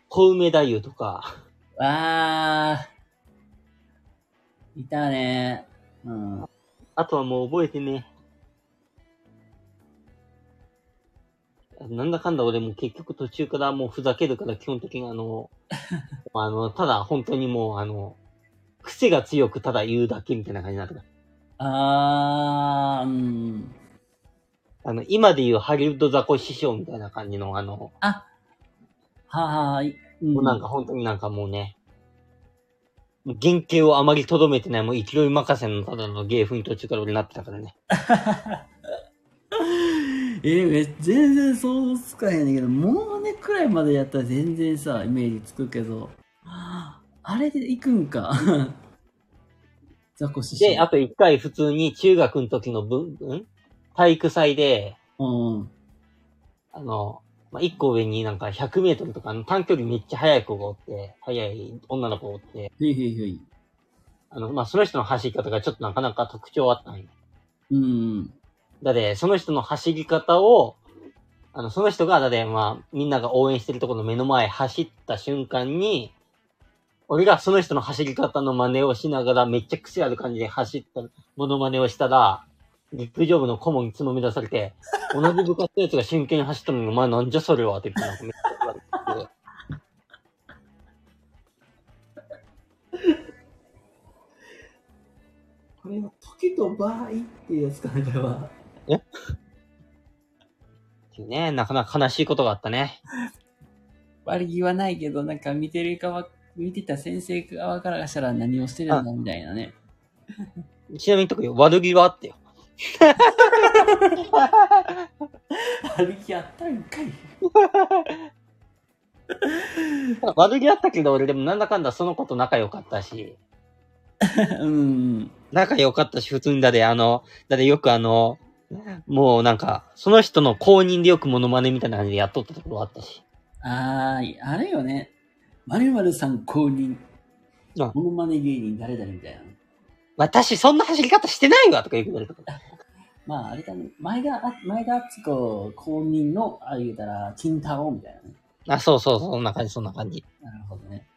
小梅太夫とか、あー。いたね。うん。あとはもう覚えてね。なんだかんだ俺も結局途中からもうふざけるから基本的に あの、あの、ただ本当にもうあの、癖が強くただ言うだけみたいな感じになってた。あー、うん。あの、今で言うハリウッドザコ師匠みたいな感じのあの、はあはい。うんもうなんか本当になんかもうね、原型をあまりとどめてない、もう勢い任せのただの芸風に途中から俺なってたからね。えめ全然想像つかへんねんけどモノマネくらいまでやったら全然さイメージつくけどあれで行くんかザコシシで、あと一回普通に中学の時の文、ん体育祭で、うんあの、まあ、一個上になんか100メートルとか、あの短距離めっちゃ速い子がおって、速い女の子がおって、ふいふいふいあの、まあ、その人の走り方がちょっとなかなか特徴あったんよ。うんだって、その人の走り方を、あの、その人が、だって、まあ、みんなが応援してるところの目の前走った瞬間に、俺がその人の走り方の真似をしながら、めっちゃ癖ある感じで走った、モノマネをしたら、陸上部の顧問につまみ出されて、同じ部活のやつが真剣に走ったのに、お前なんじゃそれはって言って、めっちゃ言われてて。これは時と場合っていうやつかなこれはっていうね、なかなか悲しいことがあったね。悪気はないけどなんか見てる側見てた先生側からしたら何をしてるんだみたいなねちなみに特に悪気はあってよ。悪気あったんかい悪気あったけど、俺でもなんだかんだその子と仲良かったし、 うん仲良かったし、普通にだで、あの、だでよくあの、もうなんか、その人の公認でよくモノマネみたいな感じでやっとったところあったし。あーあれよね〇〇さん公認あモノマネ芸人誰々みたいな私そんな走り方してないわとか言うことか。まあ、あれだね。前田、あ前田敦子公認の、ああ言うたら、金太郎みたいなね。あ、そうそう、そんな感じ、そんな感じ。なるほどね。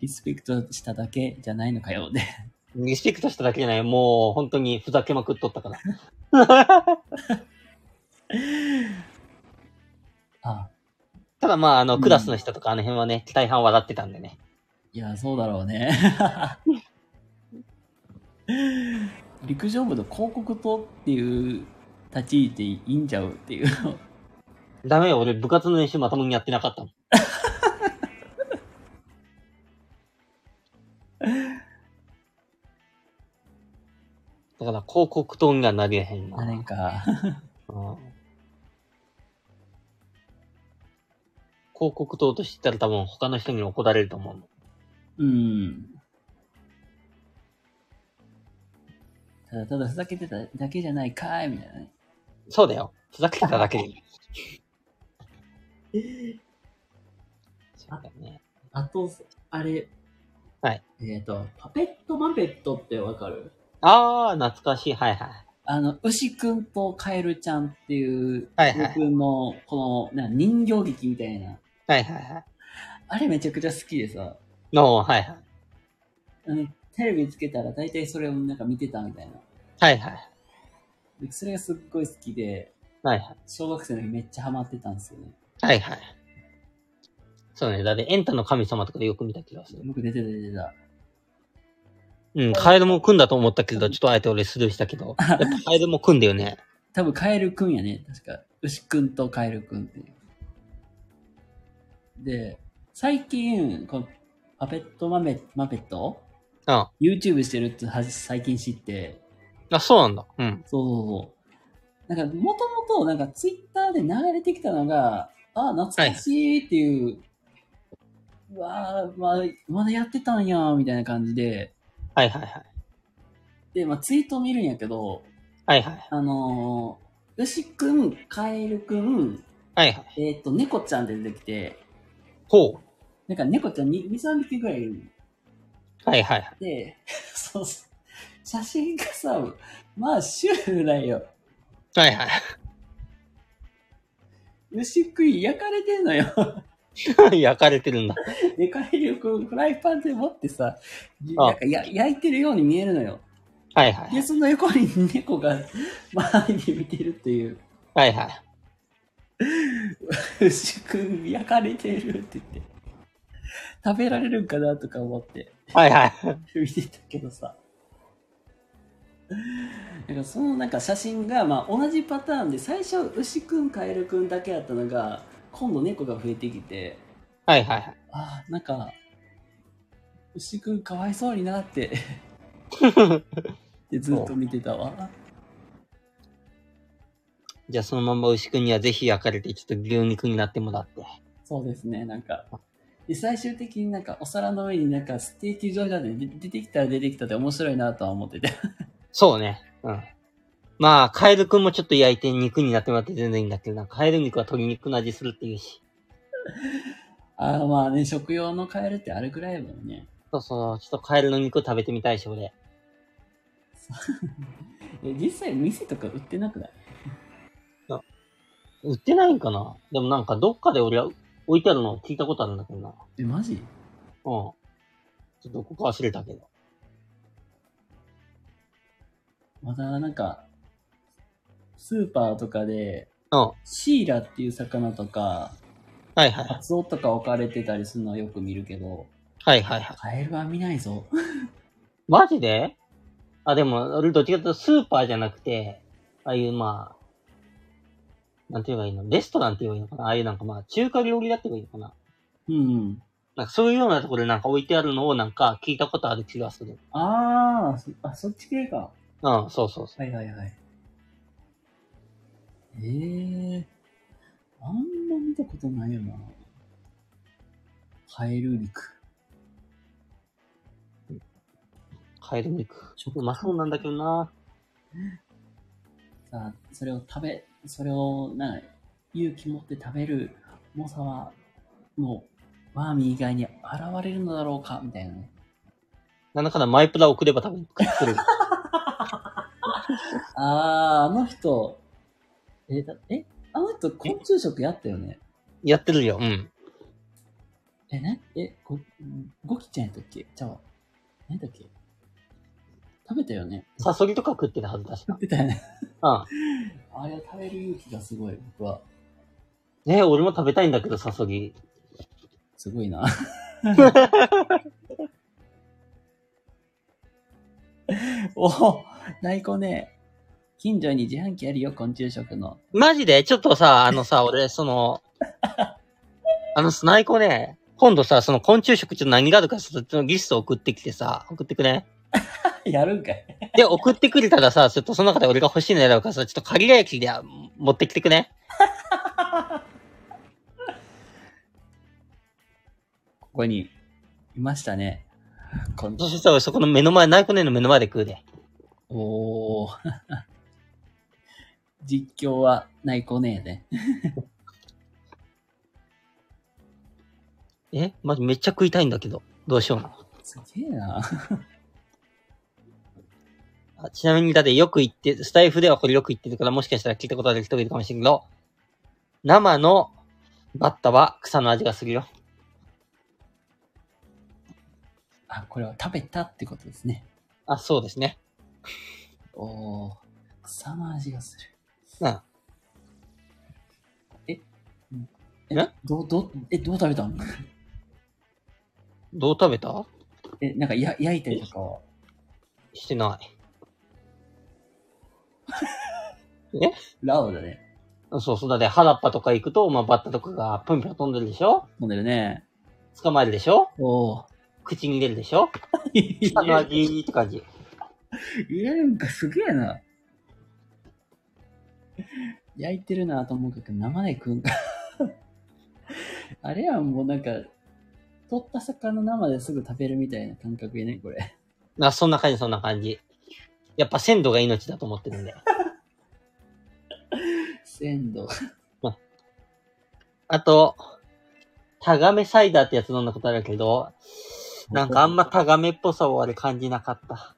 リスペクトしただけじゃないのかよ。で、リスペクトしただけじゃない、もう本当にふざけまくっとったから。あただまあ、あの、うんクラスの人とかあの辺はね、大半笑ってたんでね。いや、そうだろうね。 陸上部の広告塔っていう立ち位置でいいんちゃうっていう。ダメよ、俺部活の練習まともにやってなかった もん。だから広告塔にはなりえへんな。あれか。うん広告塔として言ったら多分他の人に怒られると思う。うん。ただただふざけてただけじゃないかーい、みたいなね。そうだよ。ふざけてただけで。 そうだね。あと、あれ。はい。えっ、と、パペットマペットってわかるあー、懐かしい。はいはい。あの、牛くんとカエルちゃんっていう、はいはい僕の、この、な人形劇みたいな。はいはいはい。あれめちゃくちゃ好きでさ、の、はいはい。あのテレビつけたら大体それをなんか見てたみたいな。はいはい。でそれがすっごい好きで、はいはい。小学生の時めっちゃハマってたんですよね。はいはい。そうね。だって、エンタの神様とかでよく見た気がする。僕出てた出てた。うん、カエルも組んだと思ったけど、ちょっとあえて俺スルーしたけ ど、やっぱカエルも組んだよね。多分カエルくんやね。確か。牛くんとカエルくんっていう。で、最近、このパペットマメマペットうん。 ?YouTube してるってはじ最近知って、あ、そうなんだ。うそうん。そうそう。なんか、もともと、なんか、ツイッターで流れてきたのが、あ、懐かしいっていう、うわあまあ、まだやってたんや、みたいな感じで、はいはいはい。で、まあ、ツイート見るんやけど、はいはい。あのー、牛くん、カエルくん、はいはい。えっ、と、猫ちゃん出てきて、ほなんか猫ちゃん2、2 3匹ぐらいいるんう。はいはいはい。で、 そうそう写真がさ、まあ、シュールだよ。はいはい。牛くん焼かれてんのよ。 焼かれてるんだ。で、カエルくん、フライパンで持ってさ、あなんかや焼いてるように見えるのよ。はいはで、い。その横に猫が周りに見てるっていう。はいはい。牛くん焼かれてるって言って食べられるんかなとか思ってはいはい。見てたけどさなんかそのなんか写真がまあ同じパターンで最初牛くんカエルくんだけやったのが今度猫が増えてきてはいはいはい。ああなんか牛くんかわいそうになってでずっと見てたわじゃあそのまま牛くんにはぜひ焼かれて、ちょっと牛肉になってもらって。そうですねなんかで最終的になんかお皿の上になんかステーキ状になってで出てきたら出てきたで面白いなとは思ってて そうね。うん。まあ、カエルくんもちょっと焼いて肉になってもらって全然いいんだけどな。カエル肉は鶏肉の味するっていうし。ああまあね、食用のカエルってあれぐらいだもんね。そうそう、ちょっとカエルの肉を食べてみたいし、俺。え実際店とか売ってなくない売ってないんかなでもなんかどっかで俺は置いてあるのを聞いたことあるんだけどな。うん。ちえ、マジょっとどこか忘れたけど。まだなんか、スーパーとかで、うん。はシイラっていう魚とか、いはいはい。カツオとか置かれてたりするのはよく見るけど、はいはいはい。カエルは見ないぞ。マジであ、でも、俺どっちかというとスーパーじゃなくて、ああいうまあ、なんて言えばいいのレストランって言えばいいのかなああいうなんかまあ、中華料理屋って言えばいいのかなうんうん。なんかそういうようなところでなんか置いてあるのをなんか聞いたことある気がする。あーそあ、そっち系か。うん、そうそうそはいはいはい。えー、あんま見たことないよな。カエル肉。う。カエル肉。食うまそうなんだけどな。さあ、それを食べ、それを、な、勇気持って食べる猛者は、もう、ワーミー以外に現れるのだろうかみたいなね。なんだかんだマイプラ送れば多分食ってる。あー、あの人、え、だえあの人、昆虫食やったよね。やってるよ。うん。え、な、え、ご、ゴキちゃんやったっけちゃうわ。何だっけ食べたよね。サソリとか食ってるはずだしな。食ってたよね。うあれを食べる勇気がすごい、僕は。ん。ね俺も食べたいんだけど、サソリ。すごい な。おお、大根ね。近所に自販機あるよ、昆虫食の。マジでちょっとさ、あのさ、 俺、その、あの、スナイコね、今度さ、その昆虫食ちょっと何があるか、そっちのリスト送ってきてさ、送ってくれ。やるんかい。で、送ってくれたらさ、ちょっとその中で俺が欲しいの選ぶからさ、ちょっと限り焼きで持ってきてくね。ここに、いましたね。昆そし虫。たらそこの目の前、ナイコネの目の前で食うで。おお。 実況は、ないこねえね。えマジめっちゃ食いたいんだけど。どうしような。すげえな。あちなみに、だってよく言って、スタイフではこれよく言ってるから、もしかしたら聞いたことある人がいるかもしれんけど、生のバッタは草の味がするよ。あ、これは食べたってことですね。あ、そうですね。おお。草の味がする。うん。ええ、どう、どう、え、どう食べたのどう食べたえ、なんかや、焼いたりとかは。してない。ラオウだね。あそうそう。だって原っぱとか行くと、まあバッタとかがぷんぷん飛んでるでしょ飲んでるね。捕まえるでしょおお。口に入れるでしょ入草の味って感じ。れるんかすげえな。焼いてるなと思うけど、生で食うんか。あれはもうなんか、取った魚生ですぐ食べるみたいな感覚やね、これ。あ、そんな感じ、そんな感じ。やっぱ鮮度が命だと思ってるんで。鮮度。あと、タガメサイダーってやつ飲んだことあるけど、なんかあんまタガメっぽさをあれ感じなかった。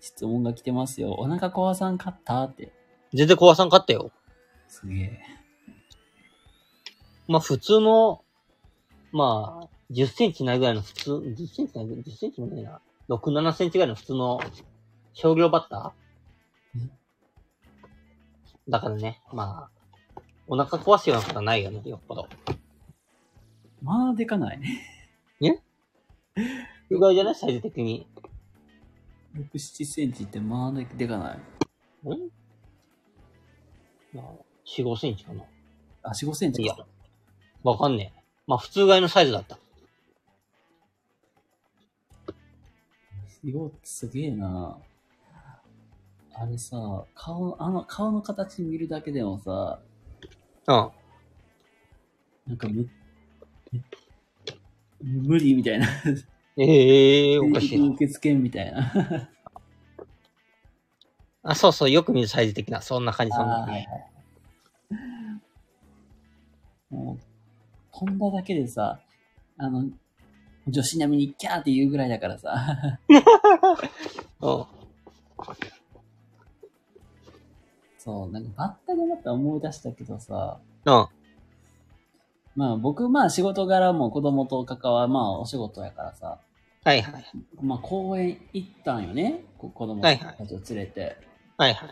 質問が来てますよ。お腹壊さんかったって。全然壊さんかったよ。すげえ。まあ普通の、まあ、10センチないぐらいの普通、10センチないぐらい、10センチもないな。6、7センチぐらいの普通の商業バッターんだからね、まあ、お腹壊すようなことはないよね、よっぽど。まあ、でかない。意外じゃないサイズ的に。 6、7センチってまあ、でかない。んまあ、4、5センチかな。あ、4、5センチいかや。わかんねえ。まあ普通ぐらいのサイズだった。すごいすげえな。あれさ、顔、あの、顔の形見るだけでもさ、うん。なんかむ、む無理みたいな。ええおかしいな。 受付みたいな。あ、そうそう、よく見るサイズ的な、そんな感じ、そんなあー感はじ。いはいもう、飛んだだけでさ、あの、女子並みにキャーって言うぐらいだからさ、 うん。そう、なんかバッタがまた思い出したけどさ、うん。まあ僕、まあ仕事柄も子供と関わ、まあお仕事やからさ、はいはい。まあ公園行ったんよね、こ子供はいはいたちを連れて。はいはい。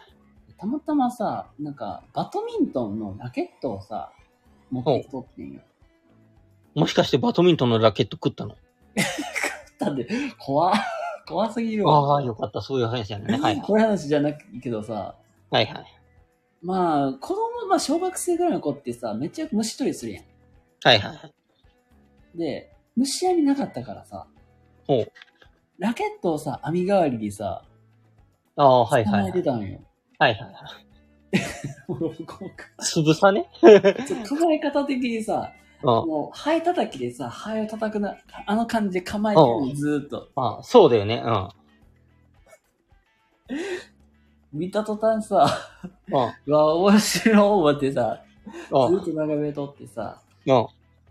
たまたまさ、なんかバドミントンのラケットをさ、持ってきとってんよ。もしかしてバドミントンのラケット食ったのだ って、怖っ、怖すぎるわ。ああ、よかった。そういう話やね。はいはい。これ話じゃなくけどさ、はいはい。まあ、子供、まあ、小学生ぐらいの子ってさ、めっちゃ虫取りするやん。はいはい。で、虫網なかったからさ、ほう。ラケットをさ、網代わりにさ、ああ、はいはいまはえい。てはいたんよ。 はいはい。もうこう潰さねちょっと構え方的にさ、うん。もう、ハエ叩きでさ、ハエを叩くな、あの感じで構えてるのずーっと。まあ、そうだよね。うん。見た途端さ、 ううん。わ、面白い思ってさ、うずん。ーっと眺めとってさ、うん。は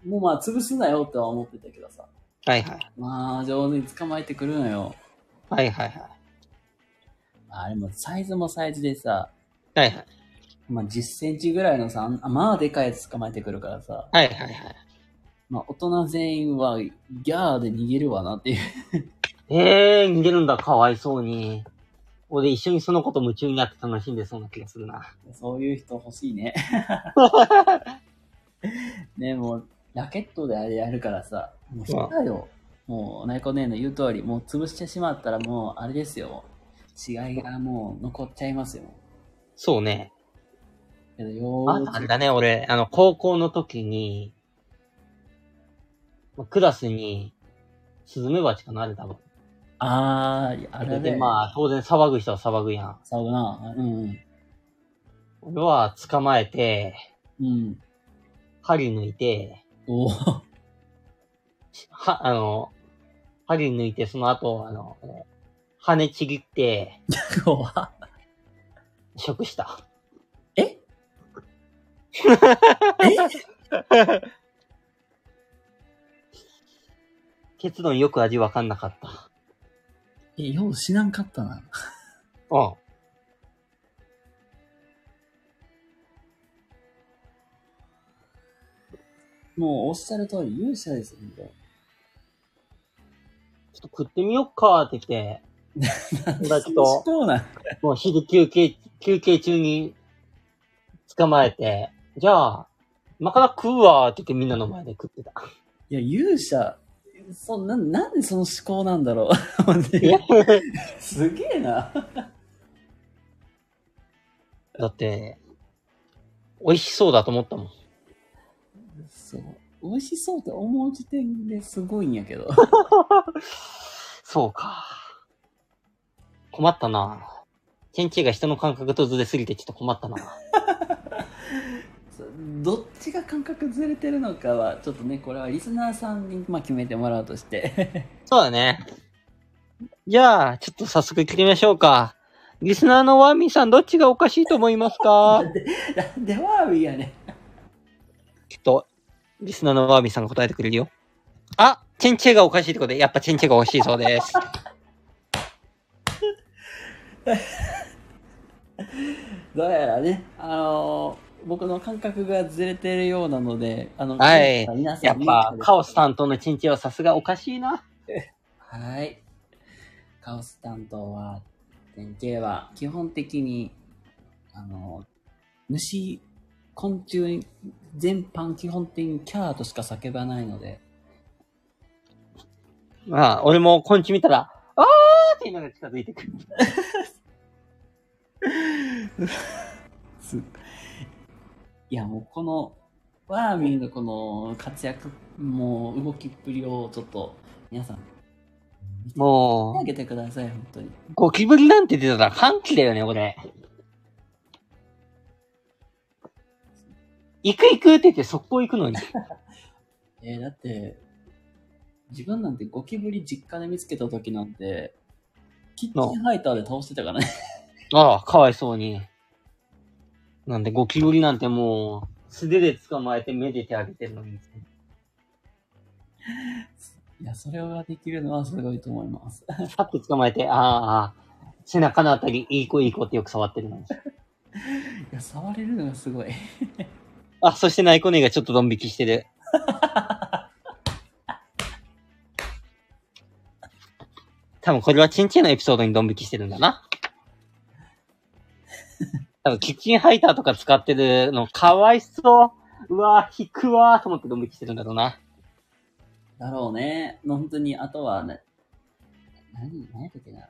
もうまあ、潰すなよっては思ってたけどさ、いはい。まあ、上手に捕まえてくるのよ。はいはいはい。あれもサイズもサイズでさ、はいはい。まあ、10センチぐらいのさ、あまあでかいやつ捕まえてくるからさ、はいはいはい。まあ大人全員はギャーで逃げるわなっていう。 ええー、逃げるんだ。かわいそうに。俺一緒にそのこと夢中になって楽しんでそうな気がするな。そういう人欲しいね。 ね、もうラケットであれやるからさ、もう下手よ。もう、ナイコ姉の言う通り、もう潰してしまったらもうあれですよ。違いがもう残っちゃいますよ。そうね。けどよあ、ーなんく、だね、俺、あの、高校の時に、まあクラスに、スズメバチかな、あれ多分。あー、あれで、で、まあ、当然騒ぐ人は騒ぐやん。騒ぐな。うん。俺は捕まえて、うん。針抜いて、おー は、あの、針抜いて、その後、あの、羽ちぎって、怖っ食した。え結論よく味わかんなかった。 え、よう知らんかったな。うん。もうおっしゃる通り勇者ですよ、みたいな。ちょっと食ってみよっかって言って、友 達と、そうなん。もう昼休憩、休憩中に捕まえて、じゃあ、今から食うわって言ってみんなの前で食って た。いや、勇者、そななんでその思考なんだろ う。いやすげえな。だって、美味しそうだと思ったもん。そう。美味しそうって思う時点ですごいんやけど。 そうか。困ったな。チェンチェが人の感覚とずれすぎてちょっと困ったな。そうどっちが感覚ずれてるのかは、ちょっとね、これはリスナーさんに、まあ、決めてもらうとして。そうだね。じゃあ、ちょっと早速聞きましょうか。リスナーのワーミーさん、どっちがおかしいと思いますか なんでワーミーやねん。きっと、リスナーのワーミーさんが答えてくれるよ。あ、チェンチェがおかしいってことで、やっぱチェンチェが欲しいそうです。どうやらね、あのー僕の感覚がずれてるようなので、あの、はい皆さ やっんぱ、カオオス担当のチェンチェはさすがおかしいな。はい。カオス担当は、典型は、基本的に、あのー虫、昆虫、全般基本的にキャーとしか叫ばないので、まあ、俺も昆虫見たら、あーって言いながら近づいてくる。すいやもうこのワーミーのこの活躍もう動きっぷりをちょっと皆さん見てあもう、げてください本当にゴキブリなんて出たら歓喜だよね、俺。行く行くって言って速攻行くのに。えーだって自分なんてゴキブリ実家で見つけた時なんてキッチンハイターで倒してたからね ああ、かわいそうに。なんで、ゴキブリなんてもう、素手で捕まえてめでてあげてるのに。いやそれができるのはすごいと思います さっと捕まえて、ああ、ああ背中のあたり、いい子いい子ってよく触ってるのに。いや触れるのがすごいあ、そしてナイコネがちょっとドン引きしてる。多分これはチンチンのエピソードにドン引きしてるんだな。多分キッチンハイターとか使ってるのかわいそう。うわぁ、引くわーと思ってドン引きしてるんだろうな。だろうね。本当に、あとはね、何、何やったっけな。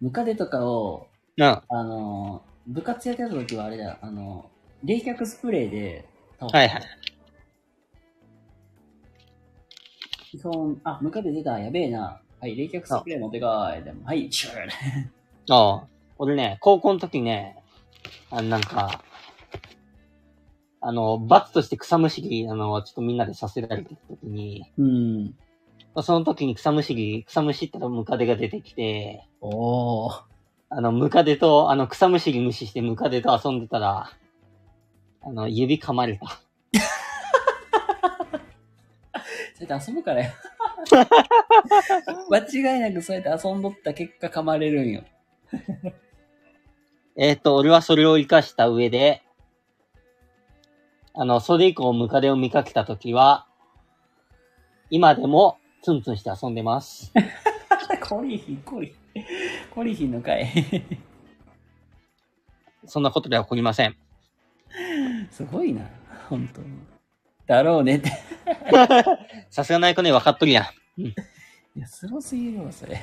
ムカデとかを、うん。あのー、部活やってた時はあれだよ、あのー、冷却スプレーで、はいはい。基本、あ、ムカデ出た、やべえな。はい、冷却スプレー持ってこい。でも、はい、チュー。ああ。俺ね、高校の時ね、あの、なんか、あの、罰として草むしり、あの、ちょっとみんなでさせられてる時に、うん。その時に草むしり、草むしったらムカデが出てきて、おー。あの、ムカデと、あの、草むしり無視してムカデと遊んでたら、あの、指噛まれた。そうやって遊ぶ からよ。間違いなくそうやって遊んどった結果噛まれるんよ。えっ、と、俺はそれを活かした上で、あの、それ以降ムカデを見かけた時は、今でもツンツンして遊んでます。コリヒン、コリヒン。コリヒンの回。そんなことでは起こりません。すごいな、本当に。だろうねって。さすがない子ね、分かっとるやん。いや、すごすぎるわ、それ。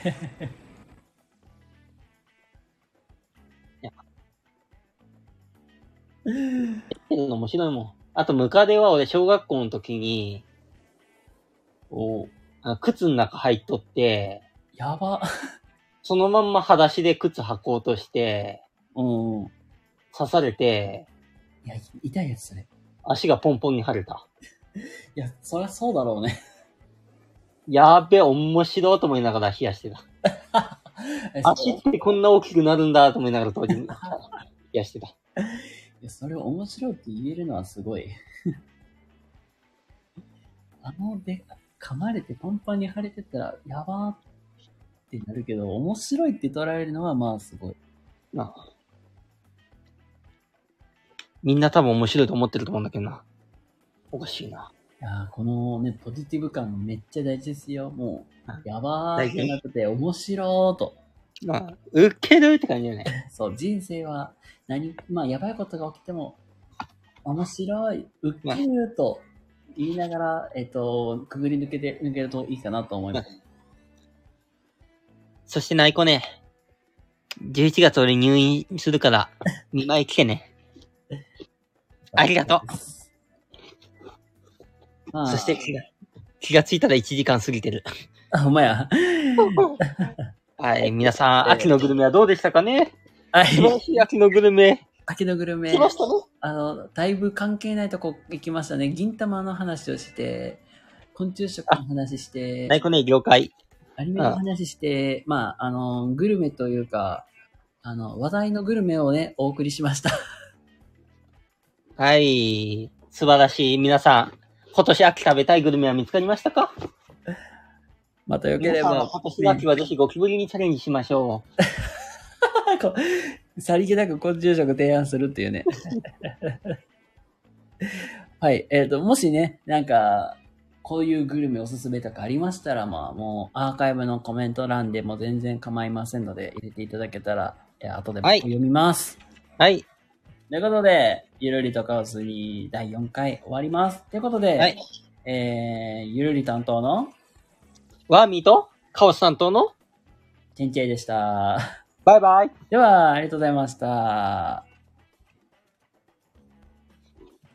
けど面白いもん。あと、ムカデは俺、小学校の時に、おあの靴の中入っとって、やば。そのまんま裸足で靴履こうとして、うん。刺されて、いや、痛いやつ、それ。い足がポンポンに腫れた。や、そりゃそうだろう ね。やーべ、面白いと思いながら冷やしてた。えそ足ってこんな大きくなるんだと思いながら当時、 冷やしてた。いや、それを面白いって言えるのはすごい。 あの、で、噛まれてパンパンに腫れてたら、やばーってなるけど、面白いって捉えるのは、まあ、すごい。なあみんな多分面白いと思ってると思うんだけどな。おかしいな。いやーこのね、ポジティブ感めっちゃ大事ですよ。もう、やばー大っ事てなくて、面白ーと。まあ、ウケるって感じだよね。そう、人生は何、まあ、やばいことが起きても、面白い、ウッキると言いながら、えっと、くぐり抜けて、抜けるといいかなと思います。そして、ナイコね。11月俺入院するから、見舞い来てね。ありがとまあそして気が、気がついたら1時間過ぎてる。あ、ほんまや。 はい、皆さん、秋のグルメはどうでしたかねは素晴らい。しい秋のグルメ。秋のグルメ来、ましたね。あの、だいぶ関係ないとこ行きましたね。銀玉の話をして、昆虫食の話してナ、イコね、了解。アニメの話して、まあ、あの、グルメというか、あの、話題のグルメをね、お送りしました。はい。素晴らしい。皆さん、今年秋食べたいグルメは見つかりましたかまたよけ皆れさんばは、今年の秋はぜひゴキブリにチャレンジしましょう。こうさりげなく昆虫食提案するっていうね。はい。えっ、と、もしね、なんか、こういうグルメおすすめとかありましたら、まあ、もうアーカイブのコメント欄でも全然構いませんので、入れていただけたら、えー後ではい僕読みます。はい。ということで、ゆるりとカオスに第4回終わります。ということで、はい。えー、ゆるり担当のワーミーとカオス担当のチェンチェイでした。バイバイ。では、ありがとうございました。